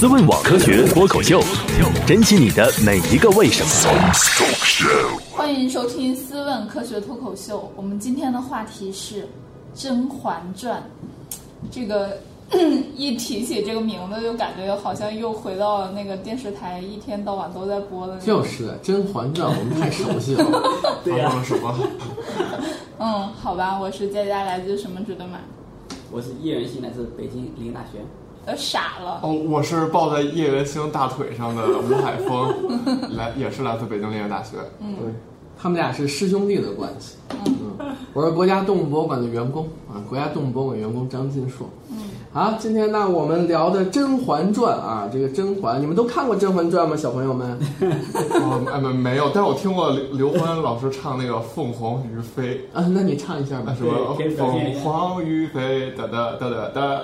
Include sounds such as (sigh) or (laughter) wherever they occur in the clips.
思问网科学脱口秀，珍惜你的每一个为什么。欢迎收听《思问科学脱口秀》，我们今天的话题是《甄嬛传》。这个 (coughs) 一提起这个名字，就感觉好像又回到了那个电视台一天到晚都在播的那个。就是《甄嬛传》，我们太熟悉了， (laughs) 对呀发生了什么？嗯，好吧，我是佳佳，来自什么值得买？我是叶仁信，来自北京林大学。呃，傻了， (laughs) 哦，我是抱在叶元星大腿上的吴海峰，来也是来自北京林业大学。对，他们俩是师兄弟的关系。嗯，我是国家动物博物馆的员工啊，国家动物博物馆员工张晋硕。嗯，好，今天呢，我们聊的《甄嬛传》啊，这个甄嬛，你们都看过《甄嬛传》吗，小朋友 (laughs) 们？哦，哎没没有，但是我听过刘刘欢老师唱那个《凤凰于飞》，啊，那你唱一下吧那。什 (laughs) 么对天使表现凤凰于飞，哒哒哒哒哒。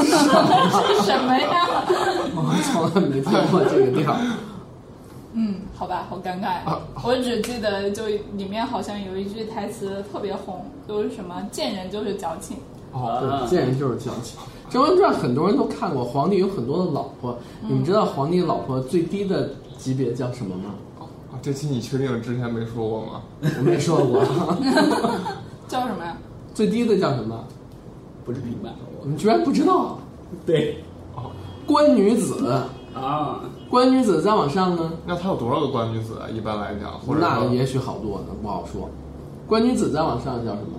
是什么呀？我 (laughs) 从来没听过这个调儿。嗯，好吧，好尴尬呀。我只记得就里面好像有一句台词特别红，就是什么“见人就是矫情啊对，见人就是矫情。《甄嬛传》很多人都看过，皇帝有很多的老婆，你们知道皇帝老婆最低的级别叫什么吗？啊这期你确定之前没说过吗？我没说过。”，叫什么呀？最低的叫什么？不是平板，你们居然不知道？对官女子，啊，官女子再往上呢？那他有多少个官女子啊？一般来讲，或者那说也许好多呢，不好说。官女子再往上叫什么？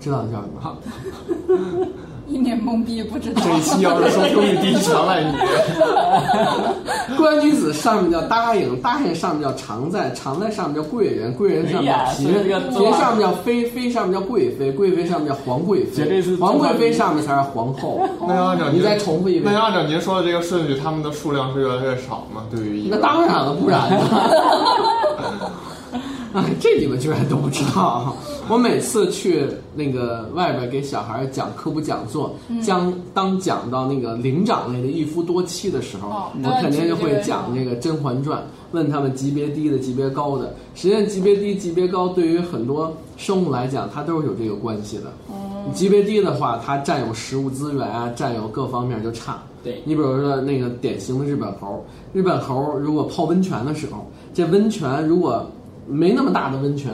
知道叫什 (laughs) 么？一脸懵逼，不知道。这一期要是收听率低，全赖你。官女子上面叫答应，答应上面叫常在，常在上面叫贵人，贵人上面叫哎呀这个嫔，嫔做法上面叫妃，妃上面叫贵妃，贵妃上面叫皇贵妃，绝对是皇贵妃上面才是皇后。那要按照您你再重复一遍那要按照您说的这个顺序，他们的数量是越来越少吗？对于一个那当然了，不然呢？啊，这你们居然都不知道！我每次去那个外边给小孩讲科普讲座，将当讲到那个灵长类的一夫多妻的时候，哦我肯定就会讲那个《甄嬛传》，问他们级别低的、级别高的。实际上，级别低、级别高对于很多生物来讲，它都是有这个关系的。级别低的话，它占有食物资源啊，占有各方面就差。对你比如说那个典型的日本猴，日本猴如果泡温泉的时候，这温泉如果没那么大的温泉，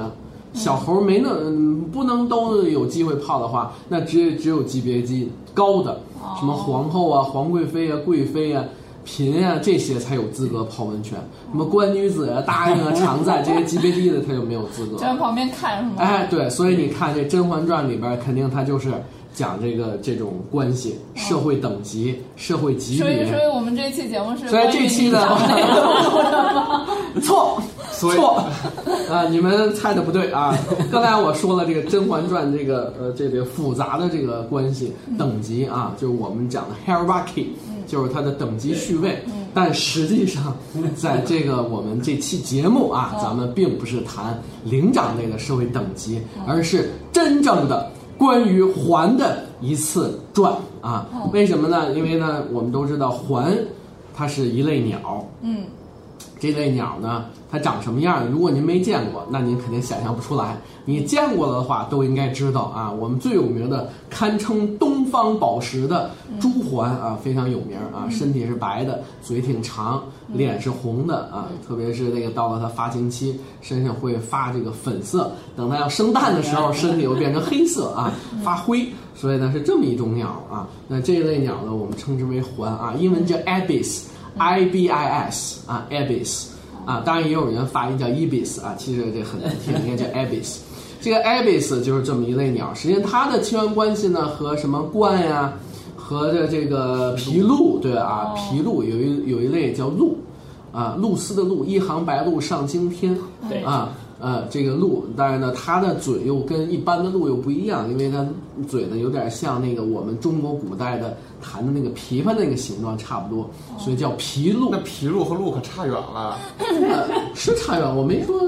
小猴没那、嗯不能都有机会泡的话，那只只有级别级高的，什么哦皇后啊、皇贵妃啊、贵妃啊。嫔啊，这些才有资格泡温泉，什么官女子啊、答 (laughs) 应啊、常在这些级别低的，他就没有资格。 (laughs) 就在旁边看是吗？哎，对，所以你看这《甄嬛传》里边儿，肯定它就是讲这个这种关系、社会等级、社会级哦所以，所以别。我们这期节目是嗯所以这期呢关于你长内容的吗？错，所以错， (laughs) 啊，你们猜的不对啊！ (laughs) 刚才我说了这个《甄嬛传》这个呃这个复杂的这个关系等级啊，就是我们讲的 hierarchy，就是它的等级序位。但实际上，在这个我们这期节目啊，咱们并不是谈灵长类的社会等级，而是真正的关于环的一次转啊。为什么呢？因为呢，我们都知道环它是一类鸟，嗯，这类鸟呢，它长什么样儿？如果您没见过，那您肯定想象不出来。你见过了的话，都应该知道啊。我们最有名的，堪称东方宝石的朱鹮啊，非常有名啊。身体是白的，嘴挺长，脸是红的啊。特别是那个到了它发情期，身上会发这个粉色。等它要生蛋的时候，身体又变成黑色啊，发灰。所以呢，是这么一种鸟啊。那这一类鸟呢，我们称之为鹮啊，英文叫 ibis。I B I S 啊，Ibis 啊，当然也有人发音叫 Ibis 啊，其实这很难听，应该叫 Ibis。这个 Ibis 就是这么一类鸟，实际上它的亲缘关系呢和什么鹳呀、和这这个琵鹭，对啊，琵鹭有一有一类叫鹭啊，露丝的鹭，一行白鹭上青天，对啊。呃，这个鹿，当然呢，它的嘴又跟一般的鹿又不一样，因为它嘴呢有点像那个我们中国古代的弹的那个琵琶那个形状差不多，所以叫琵鹿那。皮鹿和鹿可差远了，是差远，我没说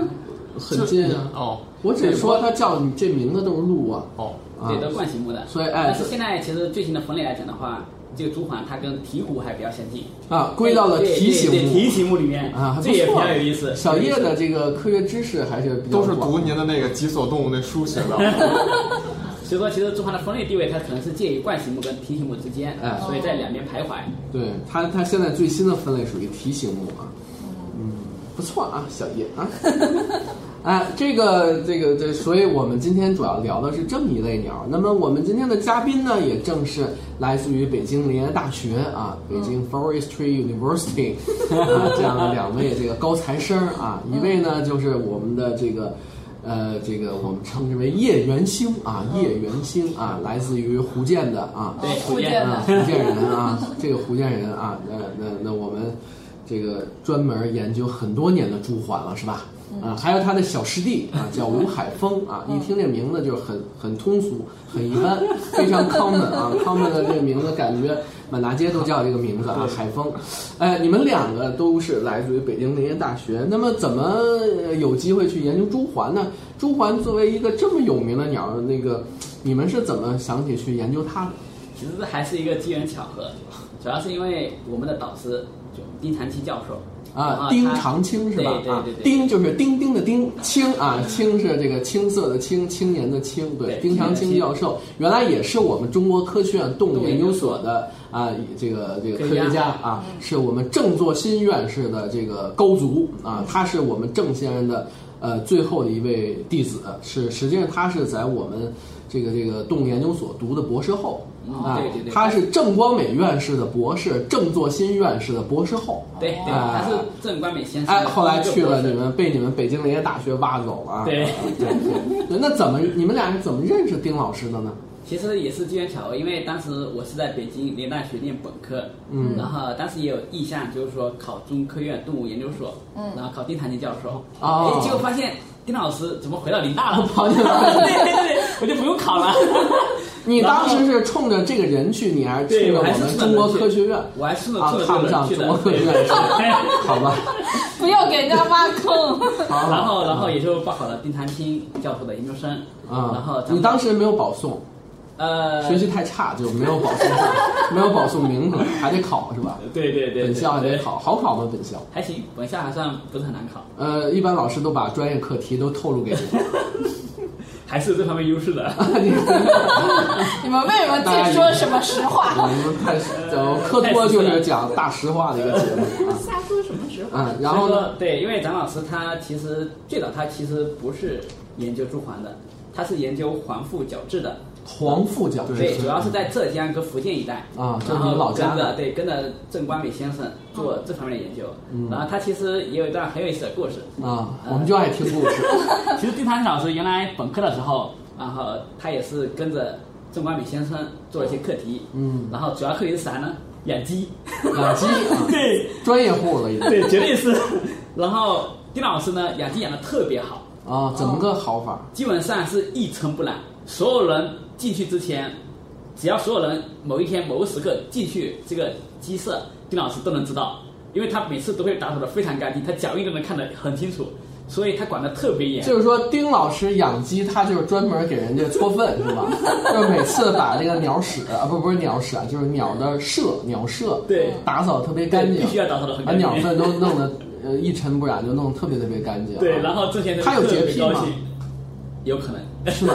很近啊，哦我只是说它叫你这名字都是鹿啊。哦，啊对，都是冠形目的。所以哎但是现在其实最新的分类来讲的话，这个朱鹮它跟鹈鹕还比较相近，啊，归到了对蹄对对蹄形形目里面目啊，还不这也比错较有意思。小叶的这个科学知识还是比较都是广 (laughs) 读您的那个《脊索动物》那书学的。所以说，其实朱桓的分类地位，它可能是介于冠形目跟蹄形目之间，哎所以在两边徘徊。对它，它现在最新的分类属于蹄形目啊，嗯，不错啊，小叶啊， (laughs) 哎，这个这个这，所以我们今天主要聊的是这么一类鸟。那么我们今天的嘉宾呢，也正是来自于北京林业大学啊，北京 Forestry University、啊、这样的两位这个高材生啊，一位呢就是我们的这个。呃，这个我们称之为叶元星啊，叶元星啊，来自于福建的啊，对哦福福建建啊，的 (laughs) 福建人啊，这个福建人啊，那那那我们这个专门研究很多年的朱桓了，是吧？啊，还有他的小师弟啊，叫吴海峰啊，一听这名字就很很通俗，很一般，非常 common 啊，common 的这个名字感觉满大街都叫这个名字啊，海峰。哎，你们两个都是来自于北京林业大学，那么怎么呃有机会去研究朱桓呢？朱桓作为一个这么有名的鸟，那个你们是怎么想起去研究它的？其实这还是一个机缘巧合，主要是因为我们的导师就丁长期教授然后啊，他丁长青是吧？对啊对对，对，丁就是丁丁的丁，青啊，青是这个青色的青，青年的青。对，对丁长青青年教的授原来也是我们中国科学院动物动物研研究究所所的啊，这个这个科科学学家家啊，是我们郑作新院士的这个高足啊，他是我们郑先生的呃最后的一位弟子，是实际上他是在我们这个这个动物研究所读的博士后。嗯啊对对，对他是郑光美院士的博士，郑作新院士的博士后。对对，啊他是郑观美先生。哎，后来去了你对们被你们北京林业大学挖走了啊。对，对对对那怎么你们俩是怎么认识丁老师的呢？其实也是机缘巧合，因为当时我是在北京林大学念本科，嗯然后当时也有意向，就是说考中科院动物研究所，嗯然后考丁长青教授，哦？哎结果发现丁老师怎么回到林大了跑你 (laughs) 对了！对对，我就不用考了。 (laughs) 你当时是冲着这个人去，你还是冲对着我还我是们冲着中国人去科学院？我还顺着啊顺，着看不上去中的国科学院 (laughs) 是吧，好吧？ (laughs) 不要给人家挖坑。 (laughs) 好然后，然后也就报考了丁长青教授的研究生。然后啊，咱们你当时没有保送，呃，学习太差就没有保送， (laughs) 没有保送名额，还得考是吧？对对对，本校还得对，考，好考吗？本校？还行，本校还算不是很难考，呃，一般老师都把专业课题都透露给 (laughs) 你。还是有这方面优势的。你们为什么净说什么实我话？们太呃，科托就是讲大实话的一个节目啊。瞎说什么实话？嗯，然后所以呢？说？对，因为张老师他其实最早他其实不是研究朱鹮的，他是研究黄腹角质的。黄副讲对对，是主要是在浙江跟福建一带啊这是然你后们老家跟的着对跟着郑光美先生做这方面的研究，嗯然后他其实也有一段很有意思的 (laughs) 故事。啊，我们就爱听故事。 (laughs) 其实丁长青老师原来本科的时候，然后他也是跟着郑光美先生做了一些课题，嗯，然后主要课题是啥呢？养 (laughs) 鸡。养鸡啊，对专业户了已经对，绝对是。 (laughs) 然后丁老师呢，养鸡养的特别好，啊，怎么个好法？基本上是一尘不染。所有人进去之前，只要所有人某一天某个时刻进去这个鸡舍，丁老师都能知道，因为他每次都会打扫的非常干净，他脚印都能看得很清楚，所以他管得特别严。就是说，丁老师养鸡，他就是专门给人家搓粪，是 (laughs) 吧？就是每次把这个鸟屎啊，不不是鸟屎啊，就是鸟的舍鸟舍，对打扫特别干净必，须要打扫的很把干净鸟。粪都弄得呃一尘不染，就弄得特别特别干净啊。对，然后之前他有洁癖吗高兴，有可能。是吗？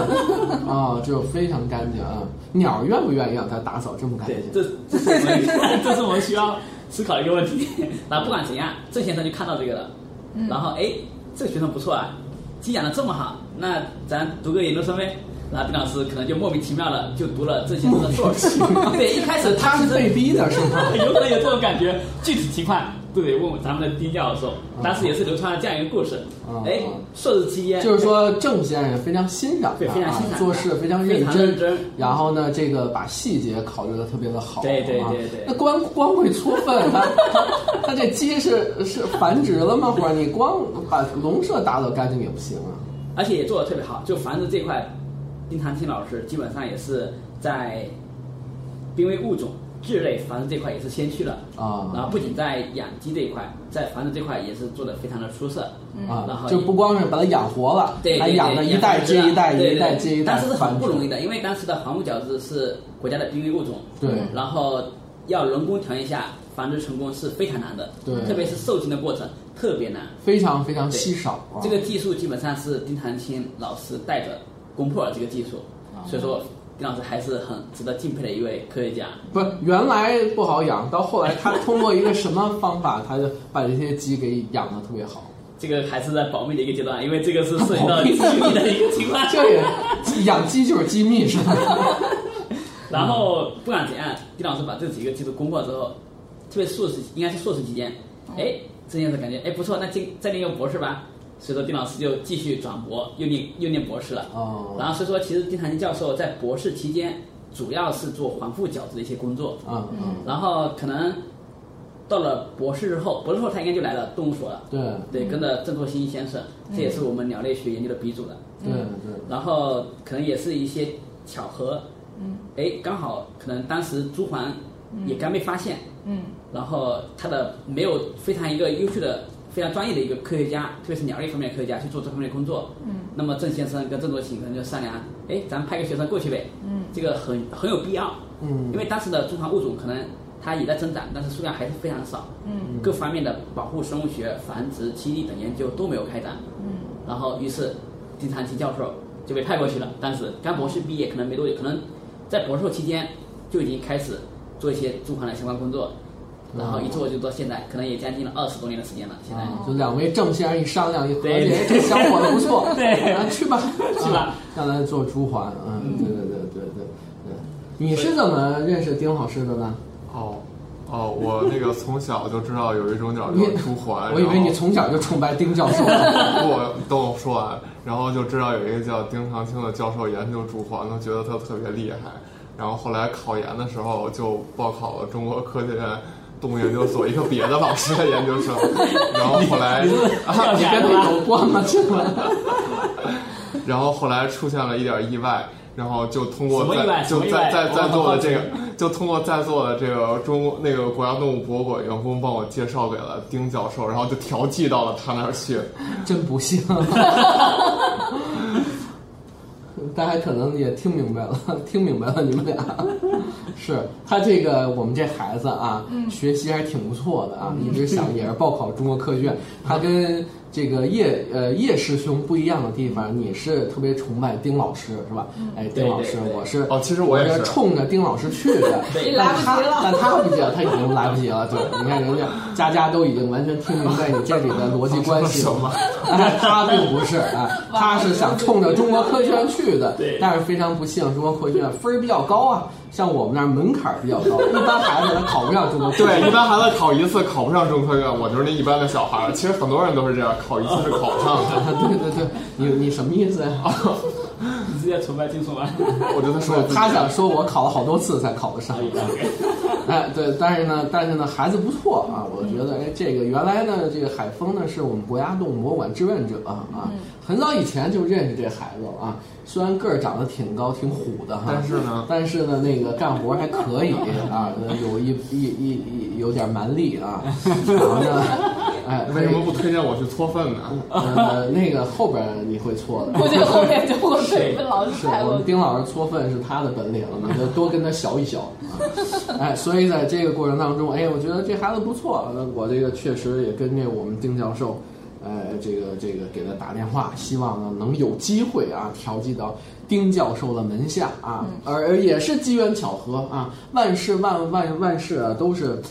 啊、就非常干净啊。鸟愿不愿意让它打扫这么干 (laughs) 对，净？这这是我 (laughs) 们这是我们需要思考的一个问题。 (laughs) 然后不管怎样，郑先生就看到这个了，嗯然后哎，这个学生不错啊，鸡养的这么好，那咱读个研究生呗。然后丁老师可能就莫名其妙的就读了郑先生的硕士。 (laughs) 对，一开始他它其是实被逼的，是吗？ (laughs) 有可能有这种感觉，具体情况都得问咱们的丁教授。当时也是流传了这样一个故事嗯，哎嗯，硕士期间就是说，郑先生非常欣赏对他非常啊欣赏，他做事非常认非常认真然后呢，这个把细节考虑的特别的好。对对啊对对那光光会搓粪， (laughs) 它它它这鸡是是繁殖了吗？或者你光把笼舍打扫干净也不行啊？而且也做的特别好。就繁殖这块，丁长青老师基本上也是在濒危物种雉类繁殖这块也是先去了。啊然后不仅在养鸡这一块，在繁殖这块也是做的非常的出色。然啊，后就不光是把它养活了，对，还对养对了一养代殖接的一代，对一代对接一代但繁是殖，是很不容易的，因为当时的黄木角质是国家的濒危物种，对然后要人工调节下繁殖成功是非常难的，对特别是受精的过程特别难。非常非常稀少啊。这个技术基本上是丁长青老师带着攻破了这个技术，所以说，丁老师还是很值得敬佩的一位科学家。不是原来不好养，到后来他通过一个什么方法，他就把这些鸡给养的特别 (laughs) 好。这个还是在保密的一个阶段，因为这个是涉及到机密的一个情 (laughs) 况。这也养鸡就是机密是吧？ (laughs) 然后不管怎样，丁老师把这几个技术攻破之后，特别硕士应该是硕士期间，哎，这件事感觉哎不错，那进再念个博士吧。所以说，丁老师就继续转博，又念又念博士了。哦然后所以说，其实丁长青教授在博士期间主要是做环复角质的一些工作。嗯嗯，然后可能到了博士后，博士后他应该就来了动物所了。对对，跟着郑作新先生，这也是我们鸟类学研究的鼻祖了。对对，然后可能也是一些巧合，嗯，哎，刚好可能当时朱鹮也刚被发现，嗯然后他的没有非常一个优秀的、非常专业的一个科学家，特别是鸟类方面的科学家去做这方面的工作。嗯，那么郑先生跟郑作新可能就商量，哎，咱们派个学生过去呗。嗯，这个很很有必要。嗯因为当时的猪黄物种可能它也在增长，但是数量还是非常少。嗯，各方面的保护生物学、繁殖、栖地等研究都没有开展。嗯然后于是丁长青教授就被派过去了。当时刚博士毕业，可能没多久，可能在博士后期间就已经开始做一些驻防的相关工作，然后一做就到现在，可能也将近了二十多年的时间了。现在、就两位郑先生一商量一合计对，哎这小伙子不错， (laughs) 对啊，去吧去吧啊让他做朱鹮，嗯，对对对对对对。你是怎么认识丁老师的呢？哦哦，我那个从小就知道有一种鸟叫你朱鹮，我以为然后你从小就崇拜丁教授了。(laughs) (laughs) 我等我说完，然后就知道有一个叫丁长青的教授研究朱鹮，他觉得他特别厉害。然后后来考研的时候就报考了中国科学院动物研究所一个别的老师的研究 (laughs) 生，然后后来跳你起来跟 (laughs) 了那吧？有关吗？这个然后后来出现了一点意外，然后就通过什么意在外就什么意在外在我在很座好的奇这个， (laughs) 就通过在座的这个中国那个国家动物博物馆员工帮我介绍给了丁教授，然后就调剂到了他那儿去。真不 (laughs) 幸。大家可能也听明白了， (laughs) 听明白了，你们 (laughs) 俩是他这个我们这孩子啊，学习还挺不错的啊，一直想也是报考中国科学 (laughs) 院。他跟这个叶呃叶师兄不一样的地方，你是特别崇拜丁老师是吧？哎，丁老师对对，对我是哦其实我也是是冲着丁老师去 (laughs) 的，对但他但他不急了，他已经来不及了。对，你看人家佳佳都已经完全听明白你这里的逻辑关 (laughs) 系了。 (laughs) 哎他并不是啊，哎他是想冲着中国科学院去的对，但是非常不幸，中国科学院分儿比较高啊，像我们那儿门槛儿比较高，一般孩子他考不上中国科学院。对，一般孩子考一次考不上中科院，我就是那一般的小孩儿。其实很多人都是这样，考一次是考不上的。 (laughs) 啊 (laughs) 对对对，你你什么意思呀、你是在崇拜金属吗？我就在说我自己啊他想说我考了好多次才考得上。哎，对，但是呢，但是呢，孩子不错啊，我觉得，哎，这个原来呢，这个海峰呢是我们国家动物博物馆志愿者啊，嗯很早以前就认识这孩子了啊，虽然个儿长得挺高挺虎的哈，但是呢但是呢，那个干活还可 (laughs) 以啊，有一一一一有点蛮力 (laughs) 啊，然后呢，哎，为什么不推荐我去搓粪呢？呃，那个后边你会错的，我觉得后面就会被老师是拍我过去。们丁老师搓粪是他的本领，你就多跟他学一学啊。哎，所以在这个过程当中，哎，我觉得这孩子不错。那我这个确实也跟这我们丁教授，呃，这个这个给他打电话，希望呢能有机会啊调剂到丁教授的门下啊，嗯而而也是机缘巧合啊，万事万万万事啊都是。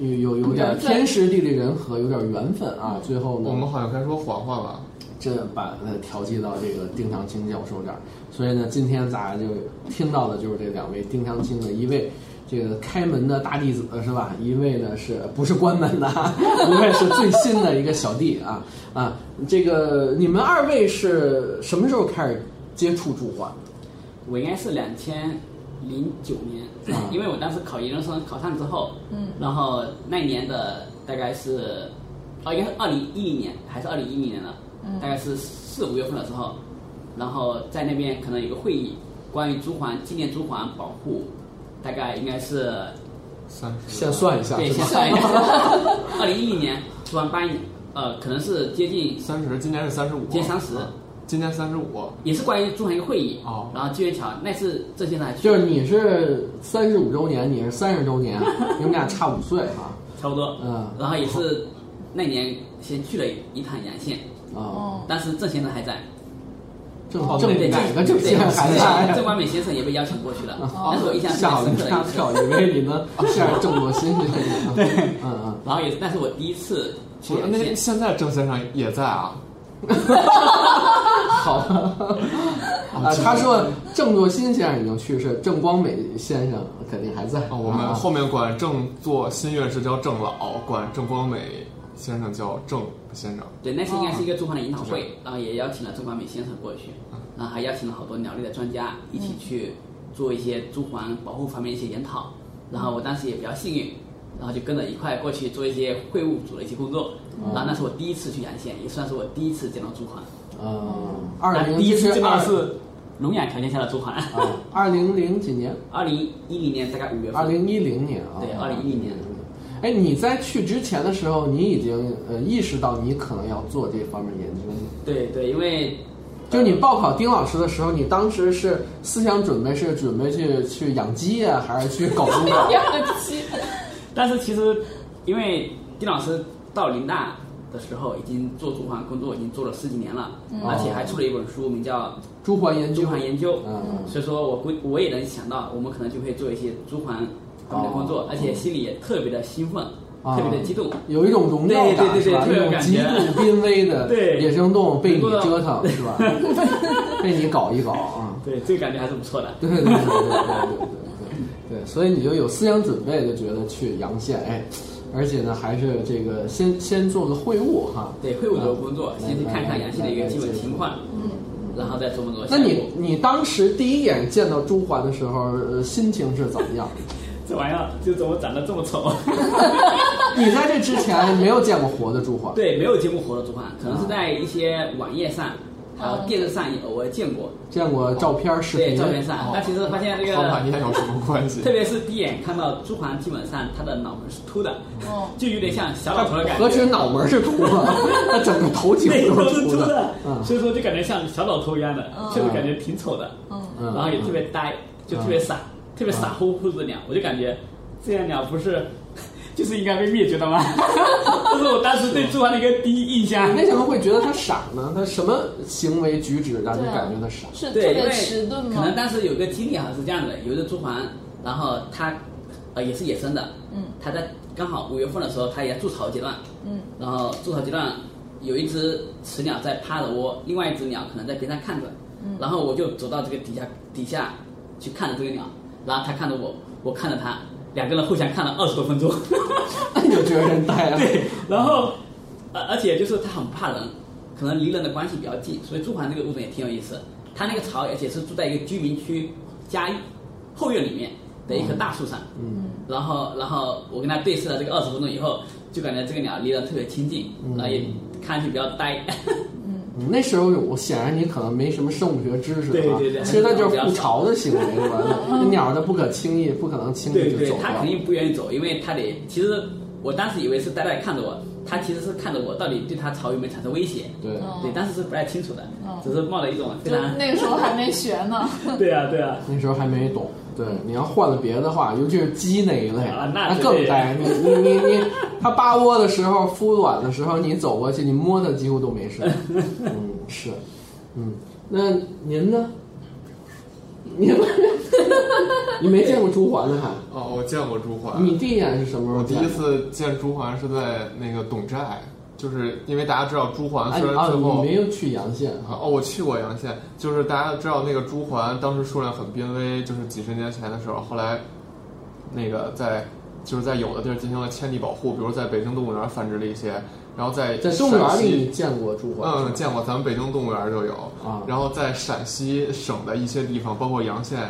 有有有点缘分天时地利人和，有点缘分啊！最后呢，我们好像该说黄黄了。这把它调剂到这个丁长青教授这儿。所以呢，今天咱就听到的就是这两位丁长青的一位。这个开门的大弟子是吧？一位呢是不是关门的？一位是最新的一个小弟啊啊！这个你们二位是什么时候开始接触朱鹮？我应该是两千零九年， (laughs) 因为我当时考研究生考上之后，嗯，然后那一年的大概是，哦，应该是二零一零年还是二零一零年了，嗯大概是四五月份的时候，然后在那边可能有个会议，关于朱鹮纪念朱鹮保护，大概应该是三十先算一下对，是先吧？算一下，二零一零年朱鹮八一年，呃，可能是接近三十，今年是三十五，接近三十，今年三十五。也是关于朱鹮一个会议，哦然后机缘巧，那次郑先生还去就是你是三十五周年，你是三十周年，你们俩差五岁啊差不多，嗯然后也是那年先去了一趟阳县，啊！哦，当时郑先生还在，正哦正对对，哪个哦郑正先还在？郑完美先生也被邀请过去了，但是我印象吓我最一深刻的大一次，跳，以为你呢是郑多新是对，嗯嗯，然后也那是我第一次去哦我演那线，现在郑先生也在啊，好。啊，他说郑作新先生已经去世，郑光美先生肯定还在。哦，我们啊后面管郑做新院士叫郑老，管郑光美先生叫郑先生。对，那次应该是一个中华的研讨会，哦然后也邀请了郑光美先生过去，嗯然后还邀请了好多鸟类的专家一起去做一些朱鹮保护方面一些研讨，嗯然后我当时也比较幸运，然后就跟着一块过去做一些会务组的一些工作，哦然后那是我第一次去阳县，也算是我第一次见到朱鹮，嗯，二那零第一次见到二的是笼养条件下的朱鹮，啊，二零零几年， (laughs) 二零一零年大概五月份，二零一零年啊，对2010年。哎，你在去之前的时候，你已经呃意识到你可能要做这方面研究吗？对对，因为就是你报考丁老师的时候，你当时是思想准备是准备去去养鸡啊，还是去搞猪哦啊？养鸡，但是其实，因为丁老师到林大的时候，已经做朱鹮工作已经做了十几年了，嗯而哦且还出了一本书，名叫《猪环研朱究，鹮研究》。嗯所以说我估我也能想到，我们可能就会做一些朱鹮方面的工作，而且心里也特别的兴奋，哦特别的激动。有一种荣耀感对对对是吧？对对一有种感极觉度濒危的 (laughs) 对野生动物被你能够折 (laughs) 腾是吧？ (laughs) 被你搞一搞啊！ (laughs) 对，这个感觉还是不错的。对对对对对对对对对，所以你就有思想准备，就觉得去阳县，哎，而且呢，还是这个先先做个会务哈。啊对，会有这个工作，先去看看阳性的一个基本情况，嗯，然后再琢磨琢磨。那你你当时第一眼见到朱鹮的时候，呃，心情是怎么样？ (laughs) 这玩意儿就怎么长得这么丑？你在这之前没有见过活的朱鹮， (laughs) 对，没有见过活的朱鹮，可能是在一些网页上，还有嗯电视上也偶尔见过，见过照片、视对哦频，照片上。但其实发现这和晚个，宴有什么关系 (laughs) 特？别是第一眼看到朱鹮，基本上它的脑门是秃的，哦，就有点像小老头的感 (laughs) 何止觉。脑门是秃啊，它整个头颈那都都是秃的的，，嗯所以说就感觉像小老头一样的，嗯确实感觉挺丑的，嗯，嗯，然后也特别呆，就特别傻，特别傻乎乎的鸟，我就感觉这样鸟不是 (laughs) 就是应该被灭绝的吗？ (laughs) 这是我当时对朱鹮的一个第一印象你。哎为什么会觉得他傻呢？他什么行为举止让你对啊感觉他傻？ (laughs) 是特对，因别为迟钝可吗能？当时有一个经历好像是这样的，有一个朱鹮，然后它呃也是野生的，嗯它在刚好五月份的时候，它也在筑巢阶段，嗯然后筑巢阶段有一只雌鸟在趴着窝，另外一只鸟可能在边上看着，嗯然后我就走到这个底下底下去看着这个鸟，然后它看着我，我看着它，两个人互相看了二十多分钟。 (laughs) 那你就觉得人呆了。对， (laughs) 然后，而而且就是它很怕人，可能离人的关系比较近，所以朱鹮这个物种也挺有意思。它那个巢，而且是住在一个居民区家后院里面的一棵大树上。嗯，然后，然后我跟它对视了这个二十分钟以后，就感觉这个鸟离人特别亲近，嗯然后也看上去比较呆。你嗯那时候有显然你可能没什么生物学知识啊。对对对其实它就是护巢的行为是吧？ (laughs) 鸟它不可轻易，不可能轻易 (laughs) 对就对走，它掉肯。定不愿意走，因为它得。其实我当时以为是呆呆地看着我，它其实是看着我到底对它巢有没有产生威胁。对，嗯对，当时是不太清楚的嗯，只是冒了一种非就常那个时候还没学呢， (laughs) 对啊对啊。那时候还没懂。对，你要换了别的话，尤其是鸡那一类，啊那那绝更对呆。你你你你，它扒窝的时候、孵卵的时候，你走过去，你摸它几乎都 (laughs) 没事。嗯，是，嗯，那您呢？您 (laughs) 你没见过朱鹮呢还？哦，我见过朱鹮。你第一眼是什么时候我第见的？一次见朱鹮是在那个董寨，就是因为大家知道朱鹮啊虽你然啊，最你后没有去阳县哈？哦，我去过洋县，就是大家知道那个朱鹮当时数量很濒危，就是几十年前的时候，后来那个在就是在有的地儿进行了迁地保护，比如在北京动物园繁殖了一些，然后在在动物园陕西里你见过朱鹮？嗯，是吧见过，咱们北京动物园就有。啊然后在陕西省的一些地方，包括洋县，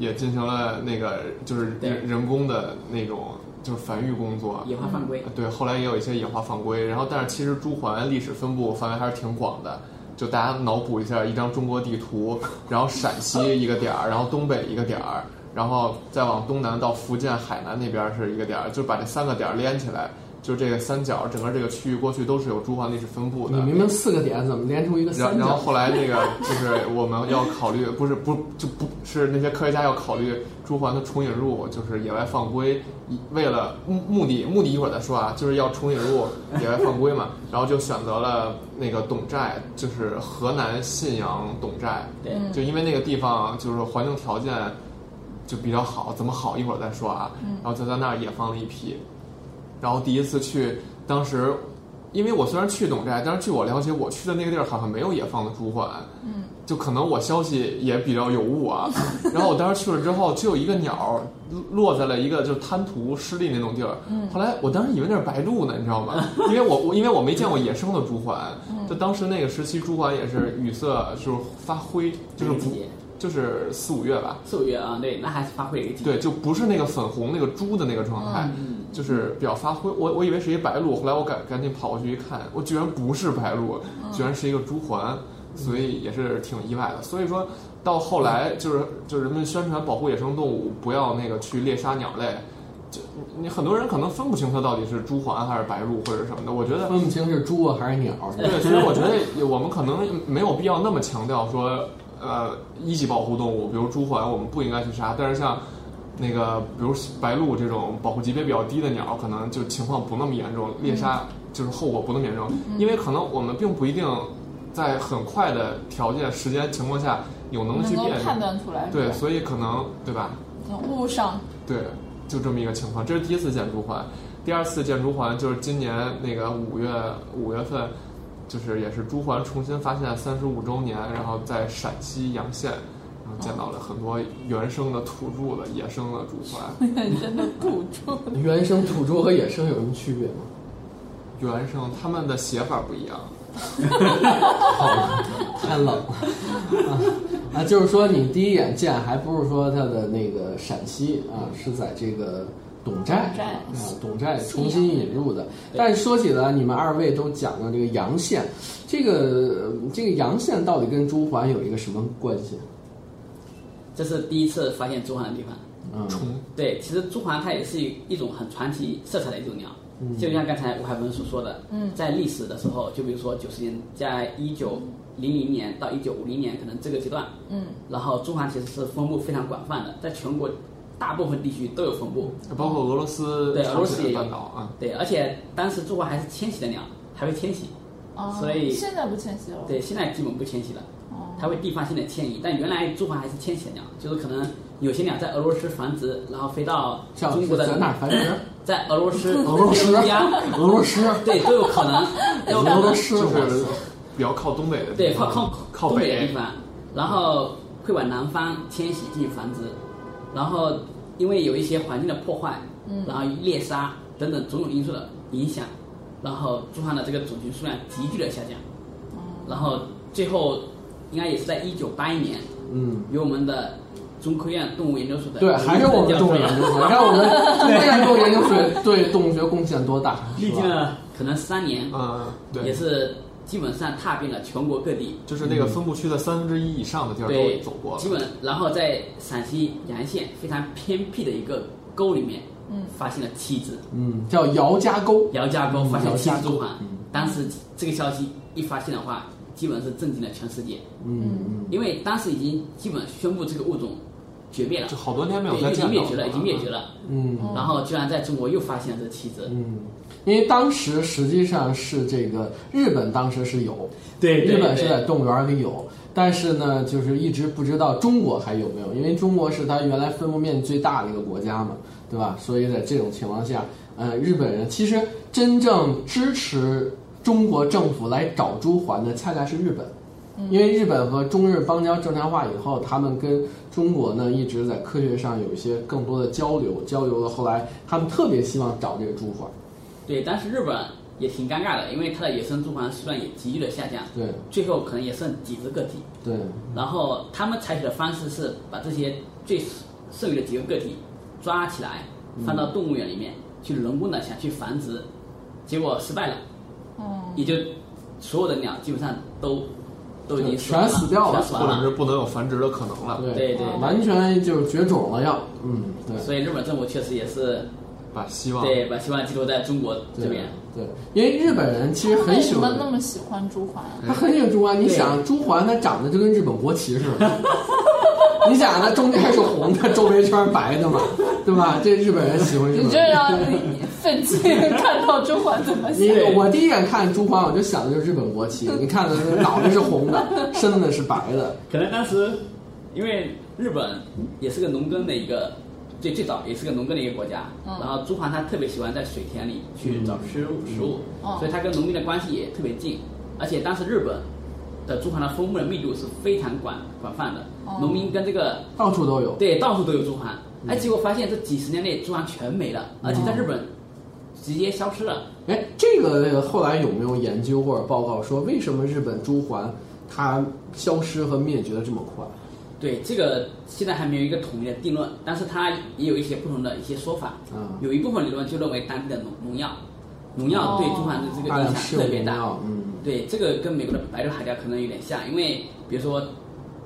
也进行了那个就是对人人工的那种就是繁育工作。野化犯规。对，后来也有一些野化犯规。然后，但是其实朱鹮历史分布范围还是挺广的。就大家脑补一下一张中国地图，然后陕西一个点儿，然后东北一个点儿，然后再往东南到福建、海南那边是一个点儿，就把这三个点儿连起来，就这个三角整个这个区域过去都是有朱鹮历史分布的。你明明四个点，怎么连出一个然三然角？后后来那个就是我们要考虑，不是不就不是那些科学家要考虑朱鹮的重引入就是野外放归，一为了目目的目的一会儿再说啊，就是要重引入野外放归 (laughs) 嘛，然后就选择了那个董寨，就是河南信阳董寨，对，就因为那个地方就是环境条件就比较好，怎么好一会儿再说啊。嗯然后就在那儿也放了一批，然后第一次去，当时因为我虽然去董寨，但是据我了解，我去的那个地儿好像没有野放的猪鹮，嗯，就可能我消息也比较有误啊。然后我当时去了之后，只有一个鸟落在了一个就是滩涂湿地那种地儿，后来我当时以为那是白鹭呢，你知道吗？因为我我因为我没见过野生的猪鹮，就当时那个时期猪鹮也是语色就是发灰，就是季不节就是四五月吧，四五月啊，对，那还是发挥一个季节。对，就不是那个粉红那个猪的那个状态，就是比较发灰。我我以为是一白鹭，后来我赶赶紧跑过去一看，我居然不是白鹭，居然是一个猪环，所以也是挺意外的。所以说到后来就是就是人们宣传保护野生动物，不要那个去猎杀鸟类。就你你很多人可能分不清它到底是猪环还是白鹭或者什么的，我觉得分不清是猪啊还是 (laughs) 鸟。对，所以我觉得我们可能没有必要那么强调说，呃，一级保护动物，比如猪环，我们不应该去杀。但是像那个，比如白鹭这种保护级别比较低的鸟，可能就情况不那么严重，猎杀嗯就是后果不那么严重，因为可能我们并不一定在很快的条件、时间情况下有能能去够辨判认。断出来，对，是吧所以可能对吧？能误伤，对，就这么一个情况。这是第一次见朱环，第二次见朱环就是今年那个五月五月份，就是也是朱环重新发现三十五周年，然后在陕西洋县，然后见到了很多原生的土著的野生的朱 (laughs) 环，真的堵住。原生土猪和野生有什么区别吗？原生他们的写法不一样。 (laughs) 太冷了啊！啊，就是说你第一眼见，还不是说它的那个陕西啊，是在这个董寨董寨啊，董寨重新引入的。但是说起来，你们二位都讲到这个洋县，这个呃这个洋县到底跟朱鹮有一个什么关系？这是第一次发现朱鹮的地方。嗯，虫对，其实朱鹮它也是一一种很传奇色彩的一种鸟，就像刚才吴海峰所说的，在历史的时候，就比如说九十年，在一九零零年到一九五零年可能这个阶段，嗯，然后朱鹮其实是分布非常广泛的，在全国大部分地区都有分布。包括俄罗斯对俄罗朝斯鲜也有半岛啊，对，而且当时朱鹮还是迁徙的鸟，还会迁徙，哦所以现在不迁徙了。哦对，现在基本不迁徙了。它会地方性的迁移，但原来朱鹮还是迁徙的鸟，就是可能有些鸟在俄罗斯繁殖，然后飞到像中国是的在哪儿繁 (laughs) 殖？在俄罗斯、俄罗斯乌鸦， (laughs) 俄罗斯，对，都有可能。有可俄罗能斯，就我操是比较靠东北的地方，对，靠靠靠东北的地方，然后会往南方迁徙进行繁殖，然后因为有一些环境的破坏，嗯嗯然后猎杀等等种种因素的影响，然后朱鹮的这个种群数量急剧的下降，哦然后最后应该也是在一九八一年，嗯。由我们的中科院动物研究所的对，还是我们动物研究所。你看我们中科院动物研究所对动物学贡献多大？历是吧经了可能三年，啊嗯，对，也是基本上踏遍了全国各地，就是那个分布区的三分之一以上的地儿对，都走过了基。本然后在陕西洋县非常偏僻的一个沟里面，嗯，发现了七只嗯，叫姚家沟。姚家沟，发现嗯七姚只家嗯猪环。当时这个消息一发现的话，基本是震惊了全世界，嗯因为当时已经基本宣布这个物种绝灭了就，好多年没有对，再已见经到灭绝了，已经灭了啊绝了。嗯嗯然后居然在中国又发现了这七只，嗯，因为当时实际上是这个日本当时是有，对日本是在动物园里有，但是呢，就是一直不知道中国还有没有，因为中国是它原来分布面积最大的一个国家嘛，对吧？所以在这种情况下，呃，日本人其实真正支持中国政府来找朱鹮的，恰恰是日本。嗯因为日本和中日邦交正常化以后，他们跟中国呢一直在科学上有一些更多的交流，交流了后来他们特别希望找这个朱鹮，对，但是日本也挺尴尬的，因为它的野生猪环数量也急剧的下降，对最后可能也剩几只个体。对，然后他们采取的方式是把这些最剩余的几个个体抓起来，嗯放到动物园里面去人工的想去繁殖，结果失败了，嗯，也就所有的鸟基本上都都已经全死掉了全死或者完是了。不能有繁殖的可能了。啊对对啊完全就是绝种了要，嗯，对，所以日本政府确实也是把希望对把希望寄托在中国这边。对，因为日本人其实他们很为喜什么欢，那么喜欢朱鹮啊？他很喜欢朱鹮。你对想，朱鹮它长得就跟日本国旗似的， (laughs) 你想它中间是红的，周围全是白的嘛，对吧？这日本人喜欢日你本这人。让你 (laughs) 愤青看到中环怎么因想？为我第一眼看朱鹮，我就想的就是日本国旗。你看，脑袋是红的，身子是白的，可能当时因为日本也是个农耕的一个，最最早也是个农耕的一个国家，嗯然后朱鹮它特别喜欢在水田里去找食物、食物，哦所以它跟农民的关系也特别近，而且当时日本的朱鹮的分布的密度是非常广广泛的，哦嗯农民跟这个到处都有。对，到处都有猪环。哎，结果发现这几十年内猪环全没了，而且哦在日本直接消失了。哎，这个后来有没有研究或者报告说，为什么日本朱鹮它消失和灭绝的这么快？对，这个现在还没有一个统一的定论，但是它也有一些不同的一些说法。啊有一部分理论就认为当地的农农药，农药对猪环的这个大影量响吃特别农大。药，嗯，对，这个跟美国的白肉海雕可能有点像，因为比如说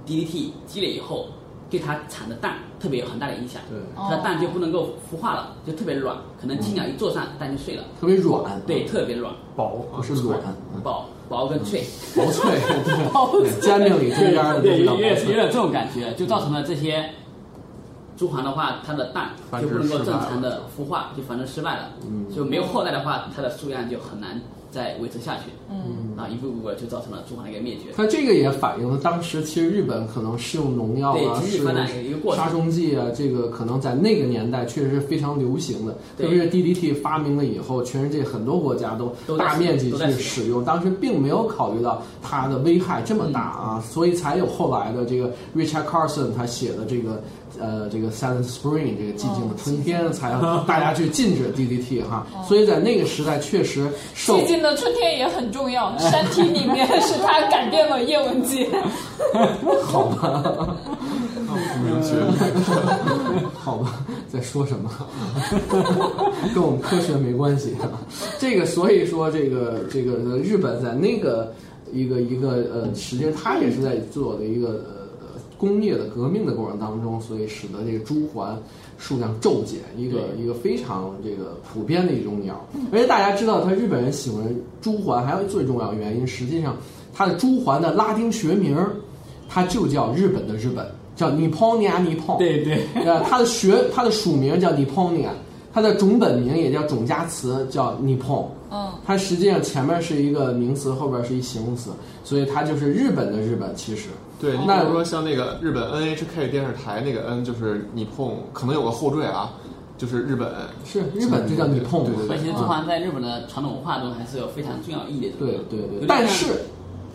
DDT 积累以后，对它产的蛋特别有很大的影响，对，嗯它的蛋就不能够孵化了，就特别软，可能青鸟一坐上蛋就碎了，特别软，对，，特别软，薄不是软，嗯薄薄跟脆。薄脆， (laughs) 对，煎饼里中间的对，味道薄有点有脆。点这种感觉，就造成了这些猪环的话，它的蛋繁就殖不能够失败正了常的孵化，就繁殖失败了，就没有后代的话，它的数量就很难再维持下去，嗯，啊，一步步的就造成了猪环的一个灭绝。它这个也反映了当时其实日本可能施用农药啊，对集体施发展一个用过程杀虫剂啊，这个可能在那个年代确实是非常流行的。特对别是 DDT 发明了以后，全世界很多国家都都在大面积都去在使用，当时并没有考虑到它的危害这么大嗯啊，所以才有后来的这个 Richard Carson 他写的这个。呃，这个 Silent Spring 这个寂静的春哦天，才让大家去禁止 DDT 哈，所以在那个时代确实受最近的春天也很重要，山体里面是它改变了叶文 (laughs) 洁。不明确。好吧， (laughs) 在说什么？跟我们科学没关系啊。这个，所以说这个这个呃日本在那个一个一个呃，实际上它也是在做的一个呃呃工业的革命的过程当中，所以使得这个朱鹮数量骤减，一个一个非常这个普遍的一种鸟。而且大家知道，它日本人喜欢朱鹮，还有最重要的原因，实际上它的朱鹮的拉丁学名儿，它就叫日本的日本，叫 Nipponia Nippon。对对，呃，它的学它的属名叫 Nipponia，它的种本名也叫种加词叫 Nippon。嗯，它实际上前面是一个名词，后边是一形容词，所以它就是日本的日本。其实，对，你比那如说像那个日本 NHK 电视台那个 N，就是你碰，可能有个后缀啊，就是日本。是日本就叫 Nippon 对对所以其实猪啊环在日本的传统文化中还是有非常重要意义的。对对有对，点但像是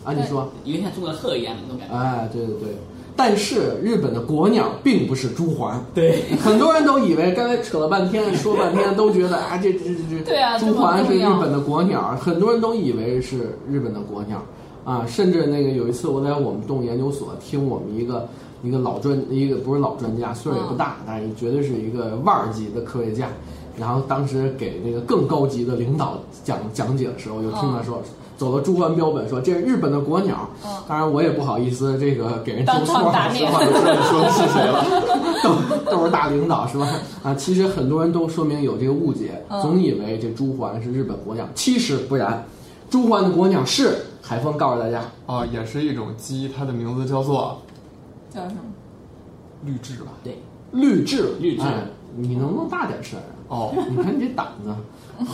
啊，你说，有点像中国的鹤一样的那种感觉。哎，对对对，但是日本的国鸟并不是朱鹮。对，很多人都以为，刚才扯了半天，说半天都觉得啊，这这这这，对啊朱鹮是日本的国鸟，很多人都以为是日本的国鸟啊，甚至那个有一次我在我们动物研究所听我们一个一个老专一个不是老专家，岁数也不大，但是绝对是一个腕儿级的科学家。然后当时给那个更高级的领导讲讲解的时候，就听他嗯说，走了朱鹮标本，说这是日本的国鸟。当然我也不好意思，这个给人说当错场打了，脸说话不知道你说的是谁了？都都是大领导是吧？啊，其实很多人都说明有这个误解，嗯总以为这朱鹮是日本国鸟，其实不然，朱鹮的国鸟是海峰告诉大家，哦，也是一种鸡，它的名字叫做叫什么？绿雉吧？对，绿雉，绿雉哎你能不能大点声啊？ (laughs) 哦，你看你这胆子，嗯，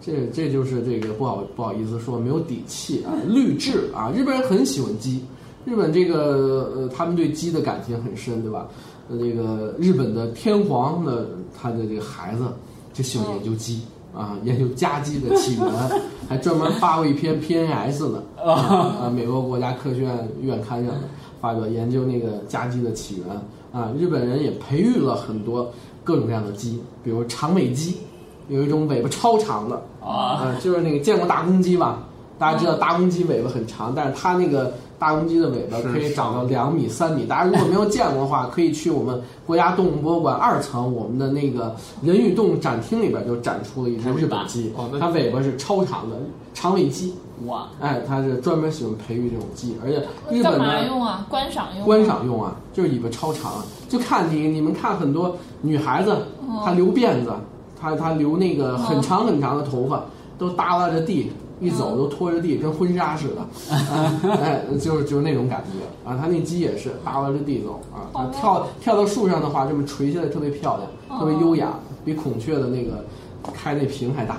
这这就是这个不好不好意思说没有底气啊。绿雉啊，日本人很喜欢鸡，日本这个呃，他们对鸡的感情很深，对吧？呃，这个日本的天皇的他的这个孩子就喜欢研究鸡。啊，研究家鸡的起源，还专门发过一篇 PNS 呢，啊，美国国家科学院院刊上发表研究那个家鸡的起源啊，日本人也培育了很多各种各样的鸡，比如长尾鸡，有一种尾巴超长的啊，啊，就是那个见过大公鸡吧？大家知道大公鸡尾巴很长，但是它那个大公鸡的尾巴是可以长到两米、三米。大家如果没有见过的话，可以去我们国家动物博物馆二层我们的那个人与动物展厅里边就展出了一只日本鸡哦，那它尾巴是超长的长尾鸡。哇，哎，它是专门喜欢培育这种鸡，而且日干本嘛呢用啊？观赏用啊。观赏用啊，就是尾巴超长，就看你你们看很多女孩子，嗯她留辫子，她她留那个很长很长的头发，都耷拉着地，一走嗯就拖着地，跟婚纱似 (laughs) 的，啊哎，就是就是那种感觉啊。他那鸡也是扒拉着地走啊，好呀它跳跳到树上的话，这么垂下来特别漂亮，特别优雅，比孔雀的那个开那屏还大，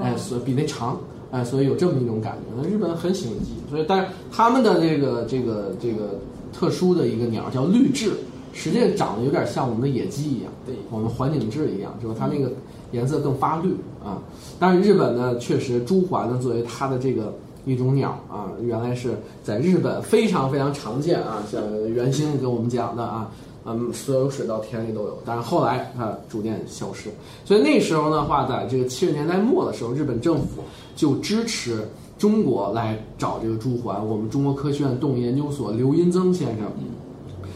哎，所以比那长。哎，所以有这么一种感觉。那日本很喜欢鸡，所以但是他们的这个这个这个特殊的一个鸟叫绿雉，实际上长得有点像我们的野鸡一样，对我们环颈雉一样，就是它那个颜色更发绿啊。但是日本呢，确实朱鹮呢作为它的这个一种鸟啊，原来是在日本非常非常常见啊，像袁兴给我们讲的啊。嗯，所有水稻田里都有，但是后来它逐渐消失。所以那时候的话，在这个七十年代末的时候，日本政府就支持中国来找这个朱鹮。我们中国科学院动物研究所刘荫增先生，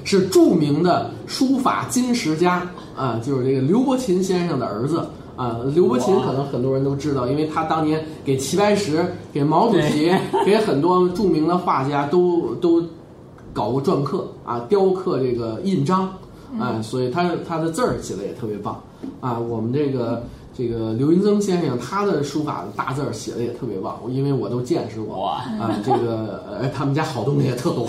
是著名的书法金石家啊，就是这个刘伯禽先生的儿子啊。刘伯禽哇可能很多人都知道，因为他当年给齐白石、给毛主席、给很多著名的画家都都搞过篆刻啊，雕刻这个印章嗯啊，所以他他的字儿写的也特别棒啊。我们这个这个刘云增先生，他的书法的大字儿写的也特别棒，因为我都见识过哇啊。这个呃，他们家好东西也 (laughs) 特多，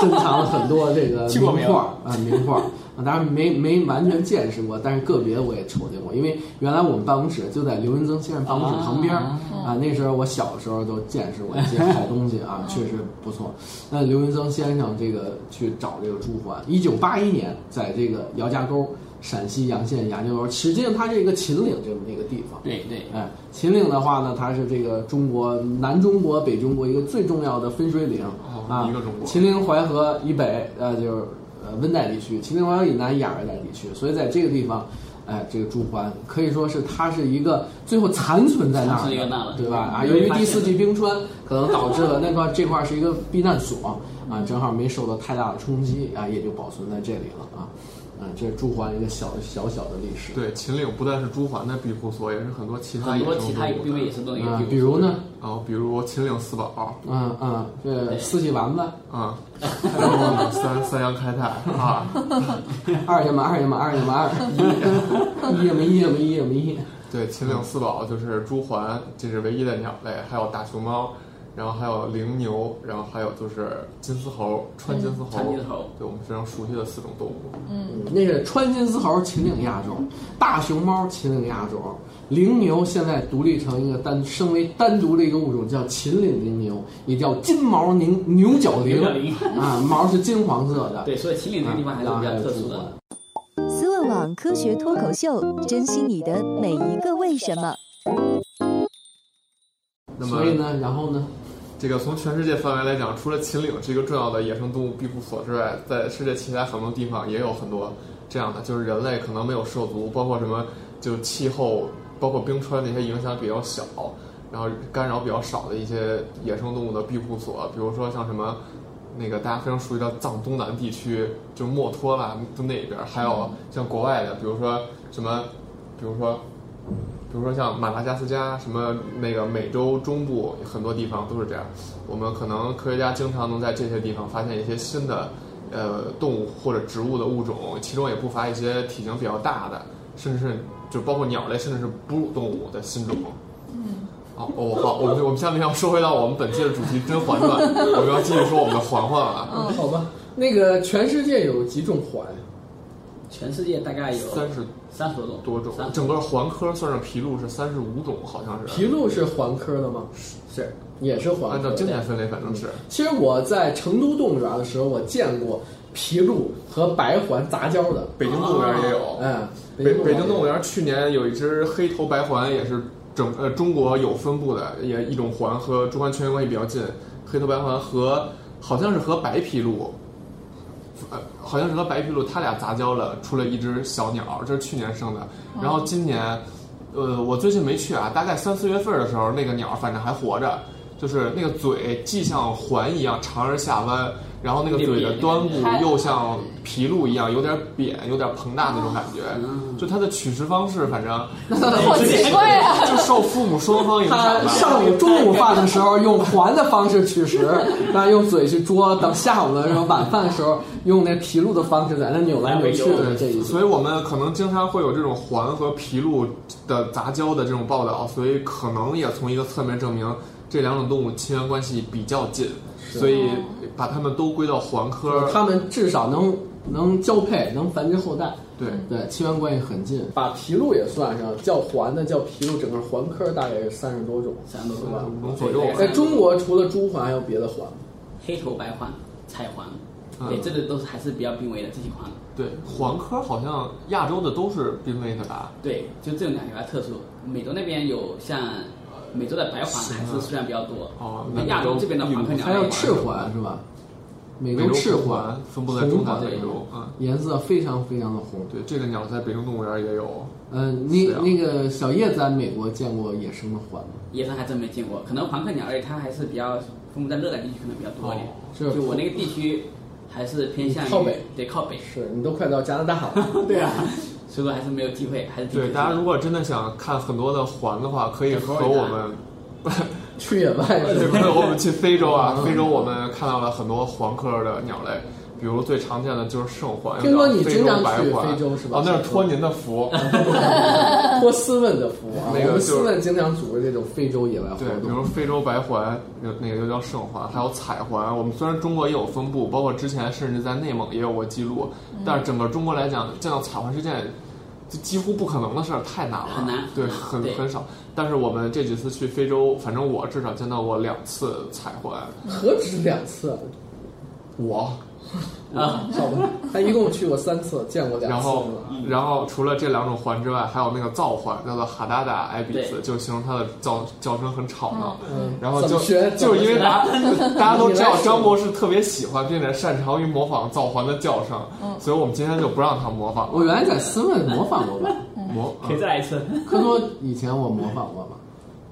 珍藏了很多这个去过没名有画儿啊，名画儿。啊，当然没没完全见识过，但是个别我也瞅见过，因为原来我们办公室就在刘云增先生办公室旁边儿啊啊，那时候我小时候都见识过一些好东西嗯啊，确实不错。那刘云增先生这个去找这个朱鹮，一九八一年在这个姚家沟，陕西洋县杨家沟，实际上它是一个秦岭这么一个地方。对对，哎，秦岭的话呢，它是这个中国南中国、北中国一个最重要的分水岭、哦啊。一个中国秦岭淮河以北，呃，就是呃温带地区；秦岭淮河以南亚热带地区。所以在这个地方，哎、这个朱鹮可以说是它是一个最后残存在那残存在那儿儿的了，对吧？啊，没由于发第现四的季冰川可能导致了那块这块是一个避难所啊，正好没受到太大的冲击啊，也就保存在这里了啊。嗯，这是朱鹮一个小小小的历史。对，秦岭不但是朱鹮的庇护所，也是很多其他很野多生啊其他动部位物也的。是都有啊、庇护比如呢？然后比如秦岭四宝嗯嗯，这四喜丸子， (laughs) 啊，然后呢三三羊开泰啊，二呀嘛二呀嘛二呀嘛二，一呀嘛一呀嘛一呀嘛一，对，秦岭四宝就是朱鹮，这是唯一的鸟类，还有大熊猫，然后还有羚牛，然后还有就是金丝猴，川金丝猴，川金丝猴对我们非常熟悉的四种动物。嗯那是川金丝猴秦岭亚种，大熊猫秦岭亚种，羚牛现在独立成一个单，升为单独的一个物种，叫秦岭羚牛，也叫金毛牛牛角羚牛角羚啊，毛是金黄色的。对，所以秦岭这个地方还是比较特殊啊的。。思问网科学脱口秀，珍惜你的每一个为什么。那么所以呢，然后呢？这个从全世界范围来讲，除了秦岭是一个重要的野生动物庇护所之外，在世界其他很多地方也有很多这样的，就是人类可能没有涉足，包括什么就气候，包括冰川那些影响比较小，然后干扰比较少的一些野生动物的庇护所，比如说像什么。那个大家非常熟悉的藏东南地区，就墨脱啦，就那边儿，还有像国外的，比如说什么，比如说比如说像马达加斯加，什么那个美洲中部很多地方都是这样。我们可能科学家经常能在这些地方发现一些新的，呃，动物或者植物的物种，其中也不乏一些体型比较大的，甚至是就包括鸟类，甚至是哺乳动物的新种。嗯。哦，我好，我们我们下面要说回到我们本期的主题《甄嬛传》， (laughs) 我们要继续说我们的啊嬛嬛了，好吧，那个全世界有几种环？全世界大概有三十三十多种，多种三，十整个环科算上皮鹭是三十五种，好像皮啊是，鹭是环科的吗？是也是环科。按照经典分类，反正是。其实我在成都动物园的时候，我见过皮鹭和白环杂交的。北京动物园也有，嗯，北啊北京动物园园去年有一只黑头白环，也是整呃中国有分布的，也一种环和中环全缘关系比较近。黑头白环和好像是和白皮鹭，呃，好像是和白皮鹭，它俩杂交了，出了一只小鸟，这是去年生的。然后今年，呃，我最近没去啊，大概三四月份的时候，那个鸟反正还活着，就是那个嘴既像环一样长而下弯，然后那个嘴的端部又像皮鹭一样，有点扁，有点膨大那种感觉，就它的取食方式，反正好奇怪 (laughs) 啊！就受父母双方影响他吧。上午中午饭的时候用环的方式取食， (laughs) 那用嘴去捉；等下午的时候晚饭的时候用那皮鹭的方式在那扭来扭去的这一些。对，所以我们可能经常会有这种环和皮鹭的杂交的这种报道，所以可能也从一个侧面证明这两种动物亲缘关系比较近，所以把它们都归到环科。他们至少能能交配，能繁殖后代。对，对，亲缘关系很近。把皮鹭也算上，叫环的叫皮鹭，整个环科大概是三十多种。三多吧种能左右在中国，除了猪环，还有别的环吗？黑头白环、彩环，嗯对，这个都是还是比较濒危的这些环。对，环科好像亚洲的都是濒危的吧？对，就这种感觉比较特殊。美洲那边有像美洲的白环还是啊数量比较多，哦那亚洲这边的环科嗯鸟还有赤环是吧？美洲赤环环分布在中南红美环洲，嗯，颜色非常非常的红。对，这个鸟在北京动物园也有，嗯，你是啊那个小叶在美国见过野生的环吗？野生还真没见过，可能环科鸟类它还是比较分布在热带地区，可能比较多一点。是啊就我哦那个地区还是偏向于靠北，对靠北，是你都快到加拿大了。 (laughs) 对啊，所以说还是没有机会，还是挺可对，惜的大家如果真的想看很多的环的话，可以和我们，去野 (laughs) 外对，是可吧？以和我们去非洲啊。非洲我们看到了很多环科的鸟类，比如最常见的就是圣环，听说你非洲经常白去环非洲是吧哦，那是托您的福。托斯问的福啊，那我们个就是斯问经常组织这种非洲野外活对，比动。如非洲白环，有那个又叫圣环，还有彩环。我们虽然中国也有分布，包括之前甚至在内蒙也有过记录，嗯但是整个中国来讲，见到彩环是件就几乎不可能的事儿，太难了，很难对，嗯很对很少。但是我们这几次去非洲，反正我至少见到过两次彩环。何止两 (laughs) 次？啊我，啊，好吧，他一共去过三次，见过两然次后了。嗯然后除了这两种环之外，还有那个噪环，叫做哈达达埃比斯，对就形容它的叫叫声很吵闹。嗯，然后怎就么学就是因为咱大家大家都知你道来说张博士特别喜欢并且擅长于模仿造环的叫声，所以我们今天就不让他模仿我原来在斯问模仿过吧？模。 (laughs) 嗯可以再来 (laughs) 一次。科多以前我模仿过吧？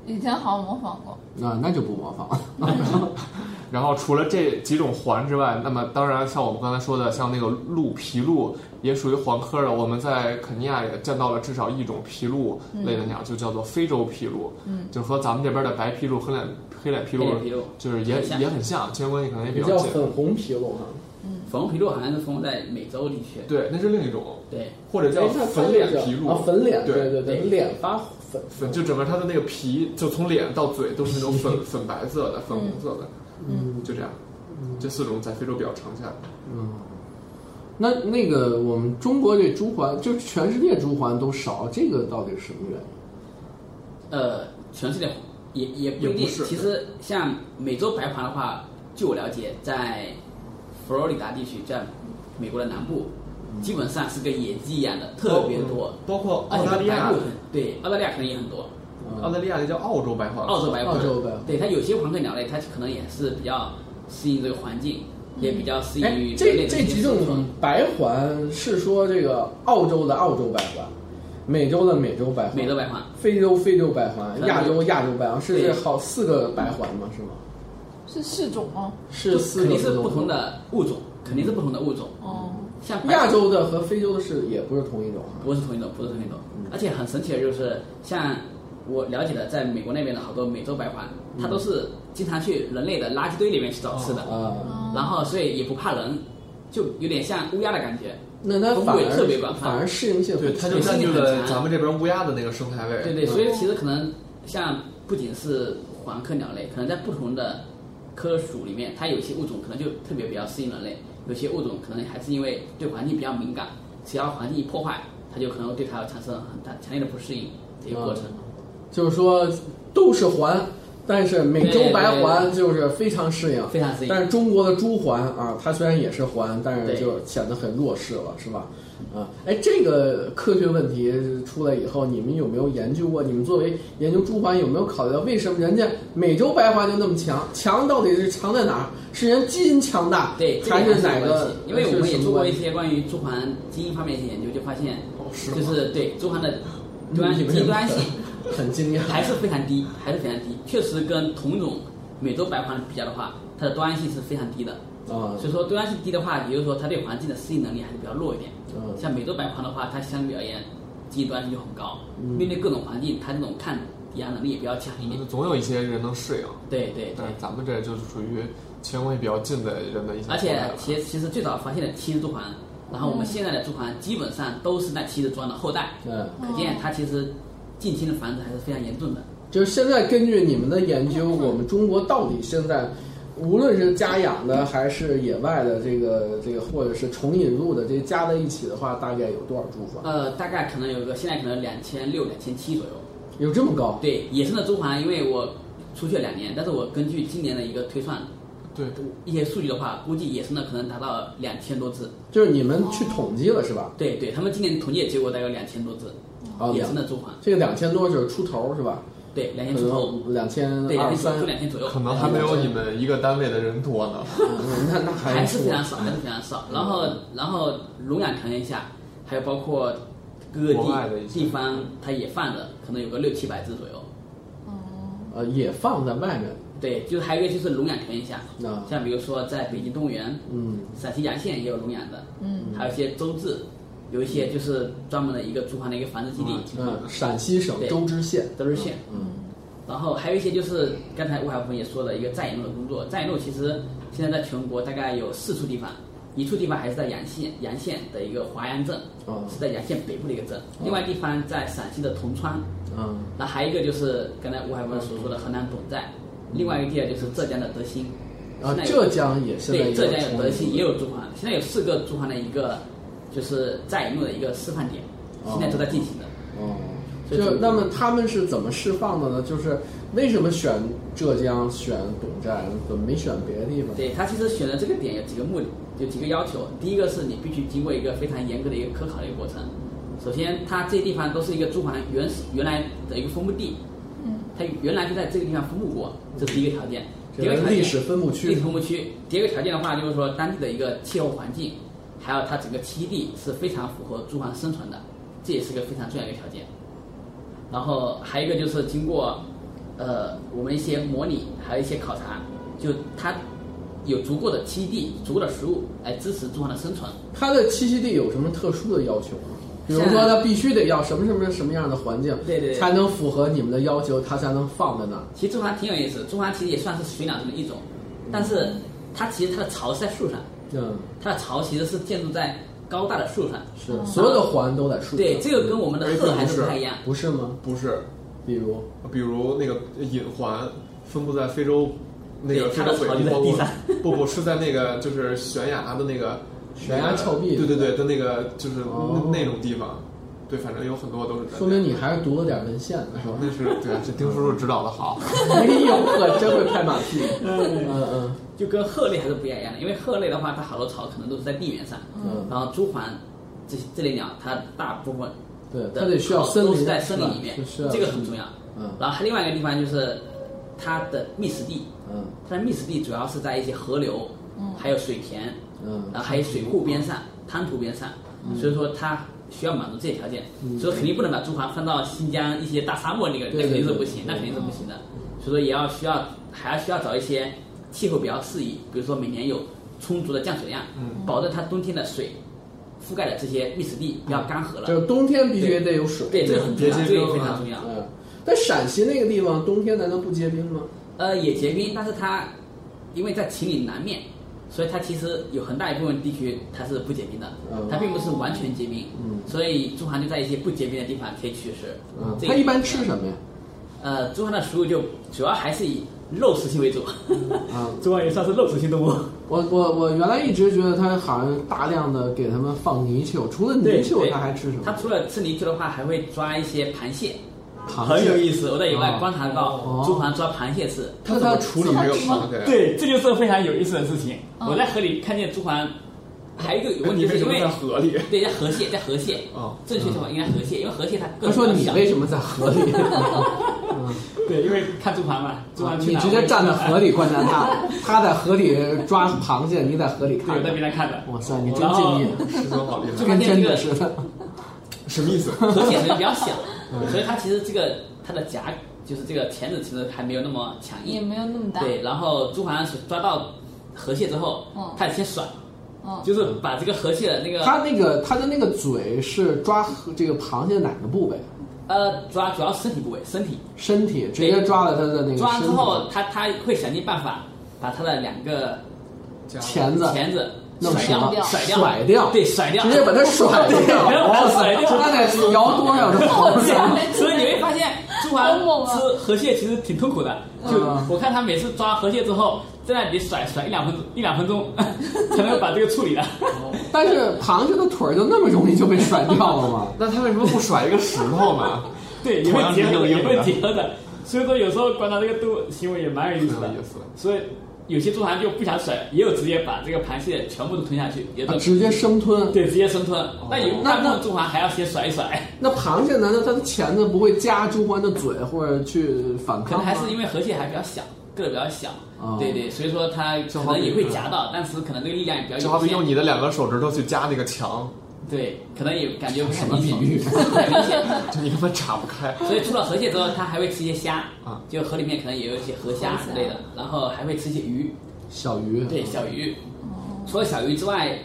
以前好像模仿过，那那就不模仿了。然后除了这几种环之外，那么当然像我们刚才说的，像那个鹿皮鹿也属于环科的。我们在肯尼亚也见到了至少一种皮鹿类的鸟，就叫做非洲皮鹿，嗯，就和咱们这边的白皮鹿、黑脸黑脸 (laughs) 皮鹿黑脸皮鹿就是也很像也很像，亲缘关系可能也比你较叫近。粉红皮鹭哈，粉红皮鹭好像是分布在美洲地区，对，那是另一种，对，或者叫哎它它粉脸就是皮鹿啊，粉脸，对对对，对脸发粉粉，就整个它的那个皮，就从脸到嘴都是那种粉粉白色的、粉红色的，嗯，就这样，这四种在非洲比较常见。嗯那那个我们中国这猪环，就是全世界猪环都少，这个到底是什么原因？呃，全世界也也不一也定。不是其实像美洲白环的话，据我了解，在佛罗里达地区，在美国的南部，嗯基本上是跟野鸡一样的，特别多。哦包括而澳且大利亚白，鹭对，澳大利亚可能也很多。澳大利亚那叫澳洲白环，澳洲白哦澳环，洲白对它有些环科鸟类，它可能也是比较适应这个环境，也比较适应哎于，人这类的这一些几种生存白环是说这个澳洲的澳洲白环，美洲的美洲白环，美洲白环，非洲非洲白环，嗯亚洲亚洲白环，是这对好四个白环吗？是吗？是试种吗？是四肯个定是不同的。的物种，肯定是不同的物种。哦，像白亚洲的和非洲的是也不是同一种啊。不是同一种，不是同一种。而且很神奇的就是，像我了解的，在美国那边的好多美洲白环，它都是经常去人类的垃圾堆里面去找吃的，啊，然后所以也不怕人，就有点像乌鸦的感觉。那它反不会特别而广泛反而适应性很对，它就对占据是很了强咱们这边乌鸦的那个生态位。对对，所以其实可能像不仅是环科鸟类，可能在不同的科属里面，它有些物种可能就特别比较适应人类，有些物种可能还是因为对环境比较敏感，只要环境一破坏，它就可能对它产生很大强烈的不适应的一个过程。啊就是说都是环，但是美洲白环对就是非常适应，非常适应但是中国的猪环啊，它虽然也是环，但是对就显得很弱势了，是吧？啊，哎，这个科学问题出来以后，你们有没有研究过？你们作为研究猪环，有没有考虑到为什么人家美洲白环就那么强？强到底是强在哪儿？是人基因强大，对，这还个是哪有关个系？因为我们是也什么做过关一系哦些关于猪环基因方面的研究，就发现是，就吗是对猪环的端你基们也因多样性很惊讶，还是非常低，还是非常低。确实跟同种美洲白环比较的话，它的多样性是非常低的。啊所以说多样性低的话，也就是说它对环境的适应能力还是比较弱一点。嗯像美洲白框的话，它相比而言极端性就很高，嗯面对各种环境，它这种抗抵抗能力也比较强一点就。总有一些人能适应，对对对嗯但。是咱们这就是属于权威比较近的人的一些而状态且了，其其实最早发现的七只猪环，然后我们现在的猪环基本上都是那七只庄的后代，对，可见它其实近亲的繁殖还是非常严重的。就是现在根据你们的研究，我们中国到底现在，无论是家养的还是野外的这个这个，或者是重引入的，这加在一起的话，大概有多少株啊？呃，大概可能有个现在可能两千六、两千七左右。有这么高？对，野生的猪环，因为我出去了两年，但是我根据今年的一个推算，对，一些数据的话，估计野生的可能达到两千多只。就是你们去统计了是吧？对对，他们今年统计的结果大概有两千多只、啊，野生的猪环，这个两千多就是出头是吧？对，两千可出头，能两千对，两二千左三右，，两千左右，可能还没有你们一个单位的人多呢。嗯那那还是是非常嗯少，还是非常少。然后，然后笼养可能一下，还有包括各个国外的地一些地方，它也放着，可能有个六七百只左右。呃，也放在外面。对，就是还有一个就是笼养可以一下啊，像比如说在北京动物园，嗯，陕西洋县也有笼养的，嗯，还有一些州治，有一些就是专门的一个猪环的一个繁殖基地，嗯，陕西省对周至县。德日县，嗯，然后还有一些就是刚才吴海峰也说了一个在野路的工作，在野路其实现在在全国大概有四处地方，一处地方还是在洋县，洋县的一个华阳镇，哦是在洋县北部的一个镇，另外地方在陕西的铜川，嗯，那还有一个就是刚才吴海峰所说的河南董寨，另外一个地儿就是浙江的德兴，啊现在，有浙江也现在对也浙江有有德兴也有。有驻防，现在有四个驻防的一个就是在野路的一个示范点，哦现在都在进行的。哦，所以就这那么他们是怎么释放的呢？就是为什么选浙江、选董寨，怎么没选别的地方？对他其实选的这个点有几个目的，有几个要求。第一个是你必须经过一个非常严格的一个科考的一个过程。首先，它这些地方都是一个驻防原始原来的一个分布地，嗯，它原来就在这个地方分布过，这是第一个条件。这第二个个条件历史分布历区史。分布区。第二个条件的话，就是说当地的一个气候环境，还有它整个栖地是非常符合猪环生存的，这也是个非常重要的一个条件。然后还有一个就是经过，呃，我们一些模拟，还有一些考察，就它有足够的栖地、足够的食物来支持猪环的生存。它的栖息地有什么特殊的要求吗？比如说，像它必须得要什么什么什么样的环境，对对对才能符合你们的要求，它才能放在那儿。其实猪环挺有意思，猪环其实也算是水鸟中的一种，但是它其实它的巢是在树上，嗯，它的巢其实是建筑在高大的树上。是，所有的环都在树上。对，这个跟我们的而且鹤还不是是不太一样。不是吗？不是，比如，比如那个隐环分布在非洲那对个非它洲的北草部，就在包地括上不不是在那个就是悬崖的那个悬崖峭壁对对对的那个就是那、哦那种地方，对，反正有很多都是在那说明你还是读了点文献的是吧？那是对啊，这丁叔叔指导的 (laughs) 好，没有，我真会拍马屁。 (laughs) 嗯嗯就跟鹤类还是不一样的，因为鹤类的话，它好多巢可能都是在地缘上，嗯然后朱鹮这些这类鸟，它大部分对，它的得需要巢森林都是在森林里面是吧需要，这个很重要。嗯然后还另外一个地方就是它的觅食地，嗯它的觅食地主要是在一些河流，还有水田，嗯呃然后还有水库边上、滩涂边上，所以说它需要满足这些条件，所以肯定不能把朱鹮放到新疆一些大沙漠那个，嗯对那肯定是对嗯不对行，对那肯定是不行的。所以说也要需要还要需要找一些气候比较适宜，比如说每年有充足的降水量，嗯保证它冬天的水覆盖的这些觅食地不要干涸就了。是冬天必须也得有水。对，这个很重别要，结这个也冰非常啊重要。嗯，但陕西那个地方冬天难道不结冰吗？呃，也结冰，但是它因为在秦岭南面，所以它其实有很大一部分地区它是不结冰的，嗯它并不是完全结冰，所以猪寒就在一些不结冰的地方可以取食。嗯，这个它一般吃什么呀？呃，猪寒的食物就主要还是以肉食性为 (laughs) 主，啊，猪寒也算是肉食性动物。我我我原来一直觉得它好像大量的给它们放泥鳅，除了泥鳅，它还吃什它么？除了吃泥鳅的话，还会抓一些螃蟹，螃很有蟹。意思。我在野外哦观察哦到猪寒抓螃蟹吃，它它处理这个螃蟹。对，这就是非常有意思的事情。嗯我在河里看见猪环，还有一个有问你题为是什因么为在河里？对，在河蟹，在河蟹。哦正确说法应该河蟹，因为河蟹它个嗯他子说比较你小为什么在河 (laughs) 里？对，因为看猪盘嘛，猪盘去啊你哪直接站在河里观察它，它在河里抓螃蟹，你在河里 (laughs) 对，看我。在边上 (laughs) 看的。哇塞，你真敬业，师兄好厉害，跟真的似的。什么意 (laughs) 思？河蟹可能比较小，嗯所以它其实这个它的夹就是这个钳子其实还没有那么强也嗯硬。没有那么大。对，然后猪盘是抓到河蟹之后嗯，他得先甩， (laughs) 嗯就是把这个河蟹的那个它那个它的那个嘴是抓这个螃蟹的哪个部位？呃抓主要是身体部位，身体身体直接抓了它的那个抓嗯身之体后，他他会想尽办法把他的两个钳子钳子弄甩什掉么，甩掉，甩掉，对，甩掉，直接把它甩掉，把它甩掉那得摇多少个螃蟹？ (laughs) 所以你会发现，朱华好猛啊吃河蟹其实挺痛苦的。就嗯我看他每次抓河蟹之后，在那里甩甩一两分钟，一两分钟 (laughs) 才能把这个处理了。但是螃蟹的腿儿就那么容易就被甩掉了吗？ (laughs) 那他为什么不甩一个石头呢？ (laughs) 对，也同会样是结合，硬也的会结合的。所以说，有时候观察这个动物行为也蛮有意思的很有意思。所以有些猪盘就不想甩，也有直接把这个螃蟹全部都吞下去，也啊都直接生吞。对直接生吞。那有那大部分猪盘还要先甩一甩，那螃蟹难道它的钳子不会夹朱鹮的嘴或者去反可抗能吗？还是因为河蟹还比较小，个子比较小哦。对对，所以说它可能也会夹到，但是可能这个力量也比较有就限。好比用你的两个手指头去夹那个墙，对，可能也感觉不太什么明比显，喻？不太明显。就你根本炸不开。所以除了河蟹之后，它还会吃一些虾啊，就河里面可能也有一些河虾之类的，然后还会吃一些鱼，小鱼对，小鱼。除了小鱼之外，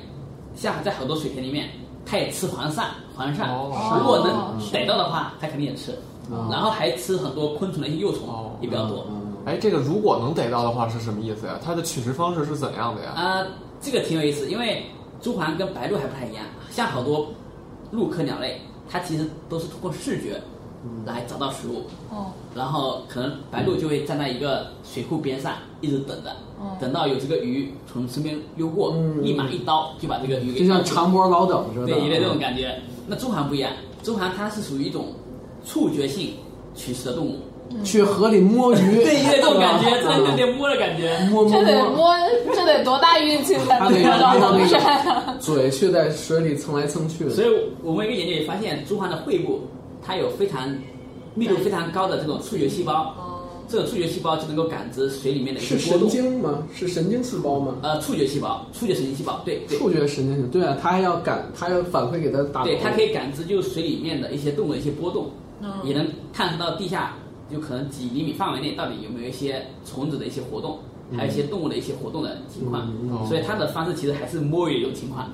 像在很多水田里面，它也吃黄鳝，黄鳝哦啊如果能逮到的话，它肯定也吃。啊然后还吃很多昆虫的一些幼虫哦也比较多。嗯哎，这个如果能逮到的话是什么意思呀？它的取食方式是怎样的呀？啊，这个挺有意思，因为朱鹮跟白鹭还不太一样，像好多陆科鸟类，它其实都是通过视觉来找到食物。 (laughs) 哦，然后可能白鹭就会站在一个水库边上，一直等着，嗯等到有这个鱼从身边溜过，嗯立马一刀就把这个鱼给就像抓住长脖老等似的，对，有点这种感觉。那猪鹮不一样，猪鹮它是属于一种触觉性取食的动物，去河里摸鱼， (laughs) 对，有点这种感 (laughs) 觉，是吧真的有点摸的感觉。摸摸这得摸，摸，这得多大运气才它能得摸到摸到龙那山啊！ (laughs) 个嘴去在水里蹭来蹭去的，所以我们一个研究也发现，猪鹮的喙部它有非常密度非常高的这种触觉细胞，哦这种触觉细胞就能够感知水里面的一是些神波动。经吗？是神经细胞吗？呃，触觉细胞，触觉神经细胞，对对。触觉神经细胞，对啊，它还要感，它要反馈给它大脑，对，它可以感知就是水里面的一些动物的一些波动，嗯也能探测到地下就可能几厘米范围内到底有没有一些虫子的一些活动，还有一些动物的一些活动的情况。嗯所以它的方式其实还是摸鱼的一种情况。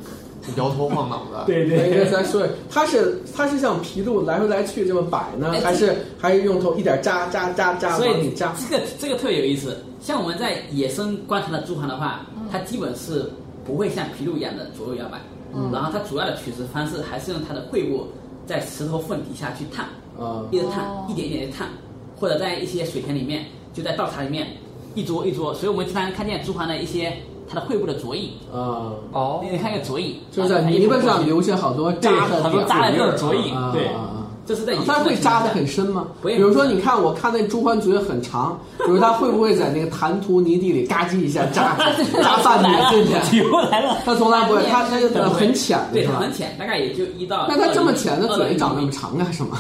摇头晃脑的。， (laughs) 对对，咱说，它是它是像皮肚来回来去这么摆呢哎，还是还是用头一点扎扎扎扎所往以里扎？这个这个特别有意思。像我们在野生观察的猪鹮的话，它基本是不会像皮鹭一样的左右摇摆，然后它主要的取食方式还是用它的喙部在石头缝底下去探。啊，一直探哦，一点一点的探，或者在一些水田里面，就在稻草里面一撮一撮。所以我们经常看见朱鹮的一些它的喙部的啄印，啊，哦你，你看一个啄印，就是在泥巴上留下好多扎扎的很多扎的点这种啄印啊，对啊啊，这是在野生的它会情况扎下得很深吗？不比会如说，你看，我看那朱鹮嘴很长，比如它会不会在那个弹涂泥地里嘎叽一下 (laughs) 扎扎半米进去？起不来了。它从来不会，它它就对很浅的对，是它吧很？浅，大概也就一到。 (laughs) 那它这么浅的二到一嘴厘长那米么长干 (laughs) 什么？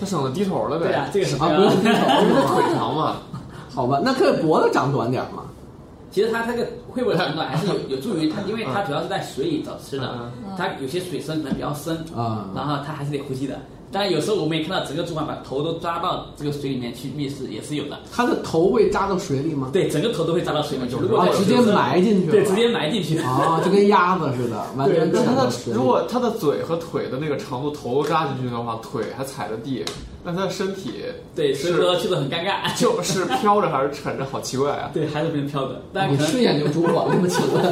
他省得低头了呗。对啊，这个是啊，不是低头是吗腿 (laughs) 长嘛， (laughs) 好吧，那可以脖子长短点嘛。其实它这个会不会长短还是有有助于它，因为它主要是在水里找吃的嗯，它有些水深可能比较深啊然后它还是得呼吸的。当然有时候我们也看到整个主管把头都抓到这个水里面去觅食也是有的，它的头会扎到水里吗？对，整个头都会扎到水里面去。如果啊在，直水接深埋进去了。对，直接埋进去。啊，就跟鸭子似的，完全那潜他到的水里。如果他的嘴和腿的那个长度，头都扎进去的话，腿还踩着地，那他的身体对，所以是说去的很尴尬。就是飘着还是沉着，好奇怪 (laughs) 啊！对，还是不能飘的。但你可是能研究猪鹮的吗？请 (laughs) 问，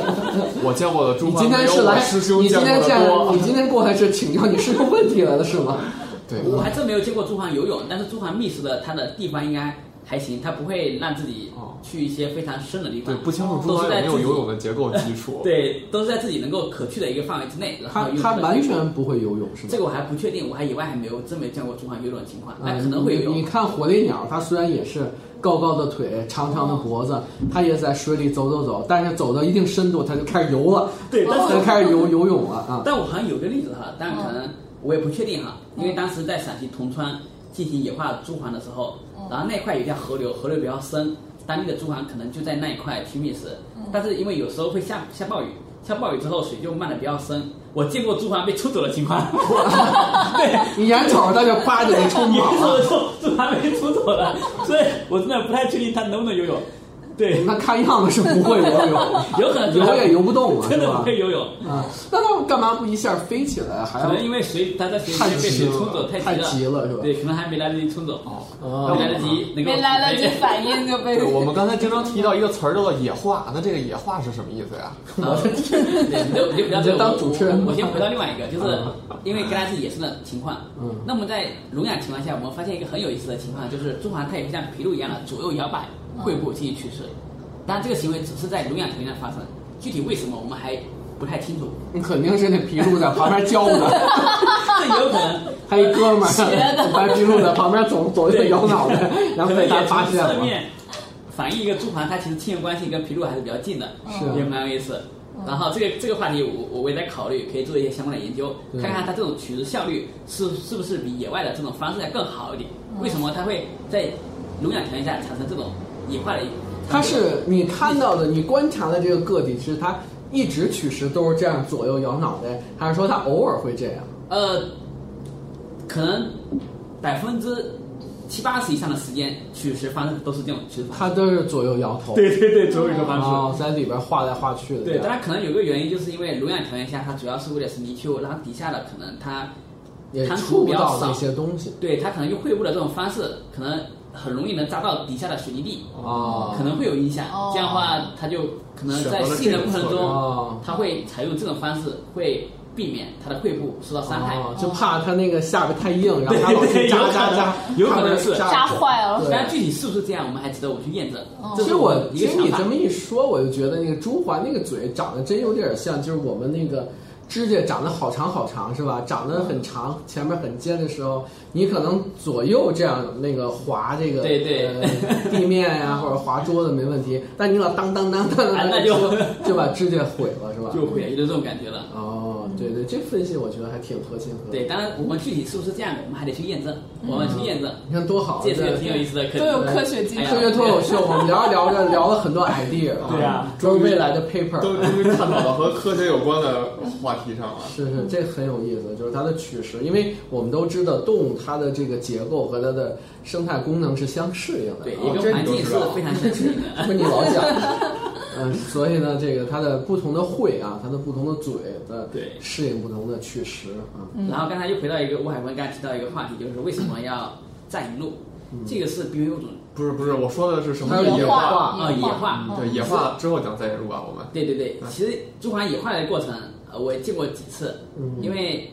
我见过的猪你鹮今天没有是我来，师兄你今见天过见的多你。今天过来是请教你师兄问题来了是吗？ (laughs) 对，我还真没有见过朱鹮游泳，但是朱鹮觅食的它的地方应该还行，它不会让自己哦去一些非常深的地方。对，不清楚猪都鹮是有在没有自己游泳的结构基础。， (laughs) 对，都是在自己能够可去的一个范围之内。然他后游他出来完这个全不会游泳是吗？这个我还不确定，我还野外还没有真没见过中华游泳的情况，那啊可能会你你有。看火烈鸟，它虽然也是高高的腿、长长的脖子，它也在水里走走走，但是走到一定深度，它就开始游了，对但是它开始游游泳了 (laughs) 啊。但我好像有个例子哈，嗯但可能我也不确定哈，因为当时在陕西铜川进行野化朱鹮的时候，嗯然后那块有一条河流，河流比较深，当地的朱鹮可能就在那一块去觅食，嗯但是因为有时候会下下暴雨。下暴雨之后，水就漫的比较深。我见过朱鹮被抽走的 (laughs) 情况，对，你眼瞅着它就夸就给冲 (laughs) 你跑走了，的时候就还没出走了，所以我真的不太确定他能不能游泳。 (laughs) 对，那看样子是不会游 (laughs) 泳，有可能游也游不动了，真是的吧不？会游泳，啊，那他们干嘛不一下飞起来？啊还可要能因为水它在水里太面被急水了冲走太太急急了是吧对，可能还没来得及冲走，哦没来得及那个没来得及反应就被对， (laughs) 我们刚才经常提到一个词儿叫做野化，那这个野化是什么意思呀？啊， (laughs) 对，你就你就不要你就这个当我主持人啊我我先回到另外一个，就是因为跟他是野生的情况。嗯那么在聋哑情况下，我们发现一个很有意思的情况，就是朱鹮它也会像麋鹿一样的左右摇摆、跬步进行取水。当然，这个行为只是在聋哑情况下发生，具体为什么我们还不太清楚。 (laughs) 你肯定是那皮鹿在旁边教的， (laughs) 这也有可能，还一哥们儿，白皮鹿在旁边总左右摇脑袋，然后可被能也他发从现侧了。面反映一个朱鹮它其实亲缘关系跟麋鹿还是比较近的，是啊也蛮有意思。然后这个这个话题我，我我也在考虑，可以做一些相关的研究，对看看它这种取食效率是是不是比野外的这种方式要更好一点？为什么它会在笼养条件下产生这种野化的？它是你看到的，你观察的这个个体是它一直取食都是这样左右摇脑袋，还是说它偶尔会这样？呃，可能百分之七八十以上的时间取食方式都是这种取食方式。它都是左右摇头，对对对，总有一个然后在里边画来画去的。对，当然可能有个原因，就是因为笼养条件下，它主要是为了是泥鳅，然后底下的可能它也弹触出不比较到那少，些东西对它可能用会晤的这种方式，可能很容易能扎到底下的水泥地，啊可能会有影响。哦这样的话，它就可能在选择了适应的这过程种策略中，啊。它会采用这种方式，会避免它的喙部受到伤害。哦，就怕它那个下巴太硬，然后它老去扎扎扎，哎有可能是扎坏了。对但具体是不是这样，我们还值得我们去验证。哦这其是实我一听个想你法这。么一说，我就觉得那个朱鹮那个嘴长得真有点像，就是我们那个指甲长得好长好长是吧？长得很长，前面很尖的时候，你可能左右这样那个划这个对对呃、地面呀、或者划桌子没问题，但你老当当当当 (laughs) 啊当，那就就把指甲毁了是吧？就会有这种感觉了。哦，对对，这分析我觉得还挺合情合理。对，当然我们具体是不是这样，我们还得去验证，我们去验证，你看多好，啊这也是嗯哦对个挺有意思的课题。 (laughs) 都有科学精哎呀科学脱口秀，我们聊着聊着聊了很多 idea，对啊都是未来的 paper，都终于探讨到和科学有关的话题上了。是是，这很有意思，就是它的取食，因为我们都知道动物它的这个结构和它的生态功能是相适应的，对，哦一这 (laughs) 个环境你是都知道非常神奇的。这你老讲，嗯，所以呢，这个它的不同的喙啊，它的不同的嘴的，对适应不同的取食啊，然后刚才又回到一个吴海峰刚才提到一个话题，就是为什么要占一路？嗯这个是濒危物种不是不是，我说的是什还么有野化？化嗯啊，野化。嗯对，野化之后讲再入啊吧，我们。对对对，啊其实珠环野化的过程，呃，我也见过几次，嗯因为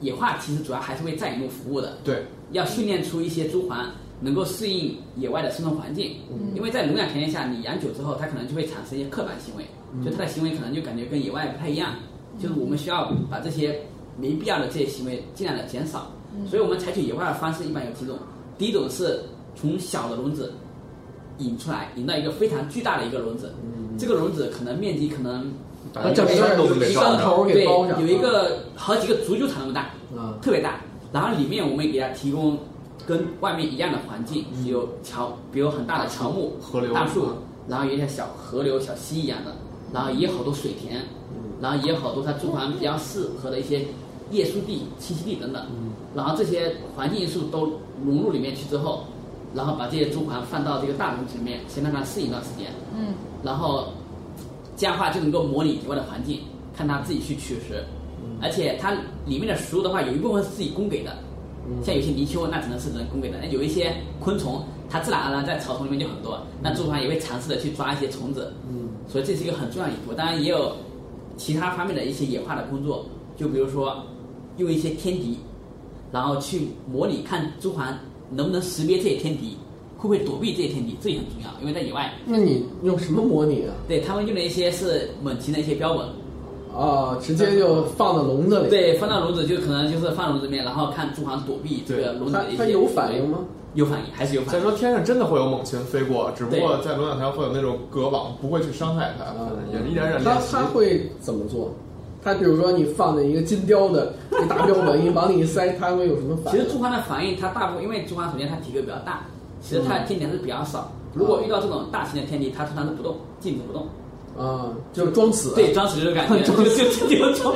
野化其实主要还是为占一路服务的，对，要训练出一些珠环能够适应野外的生存环境。嗯因为在笼养条件下，你养久之后，它可能就会产生一些刻板行为，嗯就它的行为可能就感觉跟野外不太一样。就是我们需要把这些没必要的这些行为尽量的减少。嗯所以我们采取野化的方式一般有几种，第一种是从小的笼子引出来，引到一个非常巨大的一个笼子，这个笼子可能面积可能把嗯把整个山都给罩山头上。给对包上，有一个好几个足球场那么大，啊，特别大。然后里面我们给它提供跟外面一样的环境，有乔，比如很大的乔木、河流大树嗯，然后有点小河流、小溪一样的，然后也有好多水田，嗯然后也有好多它住房比较适合的一些叶树地、栖息地等等。嗯然后这些环境因素都融入里面去之后，然后把这些猪环放到这个大笼子里面，先让它适应一段时间。嗯，然后这样的话就能够模拟野外的环境，看它自己去取食。嗯而且它里面的食物的话，有一部分是自己供给的，嗯像有些泥鳅那只能是人供给的，那有一些昆虫，它自然而然在草丛里面就很多，那猪环也会尝试的去抓一些虫子。嗯，所以这是一个很重要的一步。当然也有其他方面的一些野化的工作，就比如说用一些天敌，然后去模拟看猪环能不能识别这些天敌，会不会躲避这些天敌，这也很重要，因为在野外。那你用什么模拟啊？对他们用的一些是猛禽的一些标本，啊，直接就放到笼子里，，对，放到笼子就可能就是放笼子里面，然后看猪航躲避这个笼子它的一些。它有反应？吗？有反应，还是有反再应。说天上真的会有猛禽飞过，只不过在龙眼条会有那种隔网，不会去伤害它，嗯也是一点点他练习他。会怎么做？他比如说你放在一个金雕的一大标本，你往里一塞，他会有什么反其应实？猪航的反应，它大部分因为猪航首先它体格比较大，其实它的天敌还是比较少。如果遇到这种大型的天敌，它通常是不动，静止不动。啊，就是装死，对，装死这种感觉，就就就就装，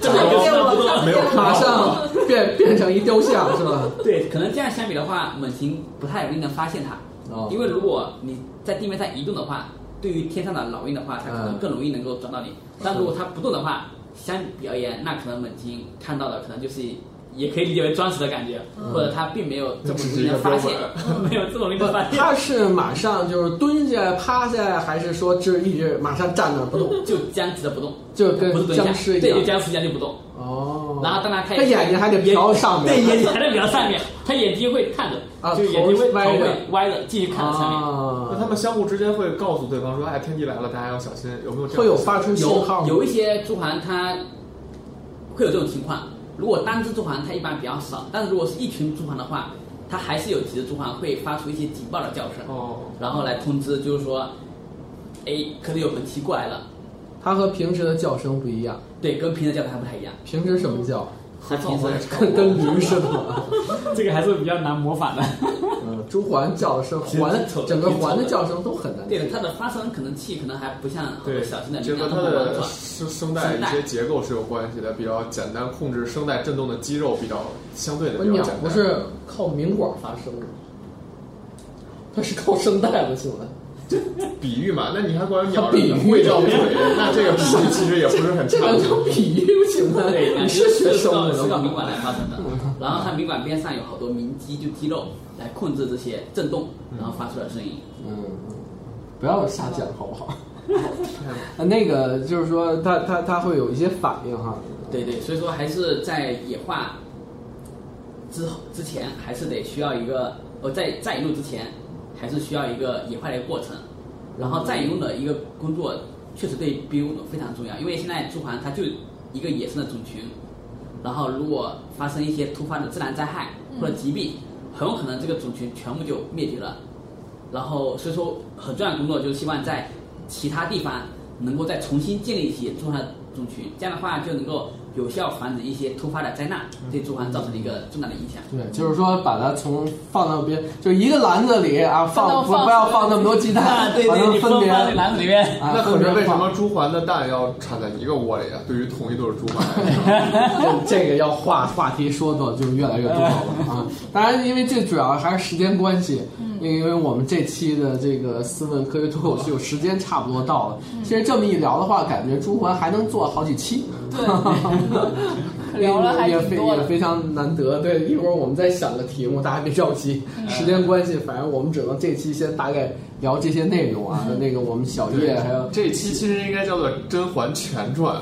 这长种就见是不了动。没有马上 (laughs) 变变成一雕像是吧？对，可能这样相比的话，猛禽不太容易能发现它，哦因为如果你在地面上移动的话，对于天上的老鹰的话，它可能嗯更容易能够找到你。但如果它不动的话，相比而言，那可能猛禽看到的可能就是。也可以理解为装死的感觉，或者它并没有这么容易的发现，没有这么容易不的发，现，啊他是马上就是蹲下、趴下，还是说就是一直马上站那儿不 (laughs) 动？就僵直的不动，就不是跟蹲下僵尸一对，就样。僵尸一样就不动。哦，然后当然它他眼睛还得瞟上面对，眼睛还在瞄上面，它眼睛会看着，啊就眼睛会头歪着头会歪着，继续看着上面。那啊，他们相互之间会告诉对方说：“哎，天敌来了，大家要小心。”有没有这样的会有发出信号有吗有一些猪环它会有这种情况，如果单只猪环它一般比较少，但是如果是一群猪环的话，它还是有几只猪环会发出一些警报的叫声，哦，然后来通知，就是说，哎，可能有门奇过来了。它和平时的叫声不一样，对，跟平时叫声还不太一样，平时什么叫？它平我也 (laughs) 时 (laughs) 差不跟多跟驴似的。这个还是比较难模仿的。 (laughs) 嗯，朱环叫声，其实环挺丑的整个挺丑环的的叫声都很难听。对，它的发声可能气可能还不像对，小型的这羚和羊那它么婉的 (laughs) 转。声声带一些结构是有关系的，比较简单，控制声带振动的肌肉比较相对的我比较鸟简单。不是靠鸣管发声的， (laughs) 它是靠声带的，新闻。比喻嘛？那你还管鸟它比喻人会叫嘴？那这个比喻其实也不是很 (laughs) 这恰个当。叫比喻行吗？你是学生物是的靠吗明管来发生的。然后它明管边上有好多鸣肌，就肌肉来控制这些震动，然后发出的声音。嗯，不要瞎讲好不 (laughs) 好？啊 (laughs) 那个就是说，它它它会有一些反应哈。对对，所以说还是在野化之后之前，还是得需要一个呃，在在引入之前，还是需要一个野化的一个过程。然后再引入的一个工作，确实对 B 物种非常重要，因为现在猪环它就一个野生的种群，然后如果发生一些突发的自然灾害或者疾病，很有可能这个种群全部就灭绝了。然后所以说很重要的工作就是希望在其他地方能够再重新建立起猪环种群，这样的话就能够有效防止一些突发的灾难对猪环造成一个重大的影响。对，就是说把它从放到别，就一个篮子里啊，放不放不要放那么多鸡蛋，把它们分别放篮子里面。啊，那可分别是为什放么猪环的蛋要产在一个窝里啊？对于同一对 (laughs) 猪环来说，这这个要话话题说的就越来越多了啊！当然，因为最主要还是时间关系，嗯因为我们这期的这个思问科学脱口秀时间差不多到了。嗯其实这么一聊的话，感觉朱环还能做好几期，对， (laughs) 聊了还也挺非多也的。非常难得。对，一会儿我们再想个题目，大家别着急，嗯时间关系，反正我们只能这期先大概聊这些内容啊。嗯那个我们小叶还有这期其实应该叫做《甄嬛全传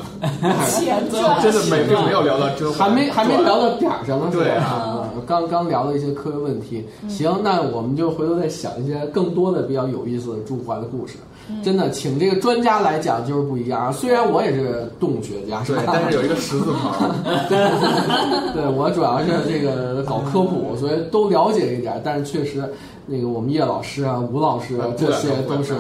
前传》，真的没并没有聊到甄嬛，啊还没还没聊。到点儿上呢，是吧对啊啊，刚刚聊了一些科学问题。行，那我们就回头再想一些更多的比较有意思的猪环的故事。真的，请这个专家来讲就是不一样啊。虽然我也是动物学家，对吧，但是有一个十 (laughs) 字旁，对我主要是这个搞科普，所以都了解一点儿。但是确实，那个我们叶老师啊、吴老师啊，嗯这些对都是对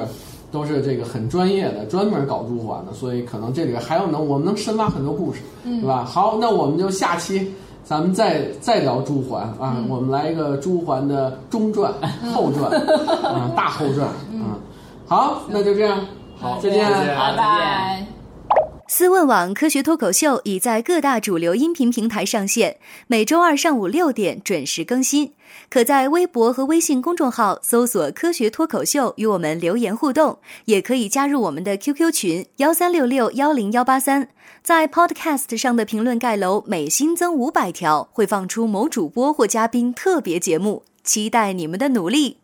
都是这个很专业的，专门搞猪环的，所以可能这里边还有能我们能深挖很多故事，对吧？好，那我们就下期。咱们再再聊朱环啊，我们来一个朱环的中传、后 (laughs) 传啊、大后传啊。好，那就这样，好再见。再见拜拜。思问网科学脱口秀已在各大主流音频平台上线，每周二上午六点准时更新。可在微博和微信公众号搜索“科学脱口秀”与我们留言互动，也可以加入我们的 QQ 群幺三六六幺零幺八三。在 Podcast 上的评论盖楼每新增五百条，会放出某主播或嘉宾特别节目，期待你们的努力。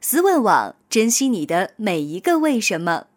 思问网，珍惜你的每一个为什么。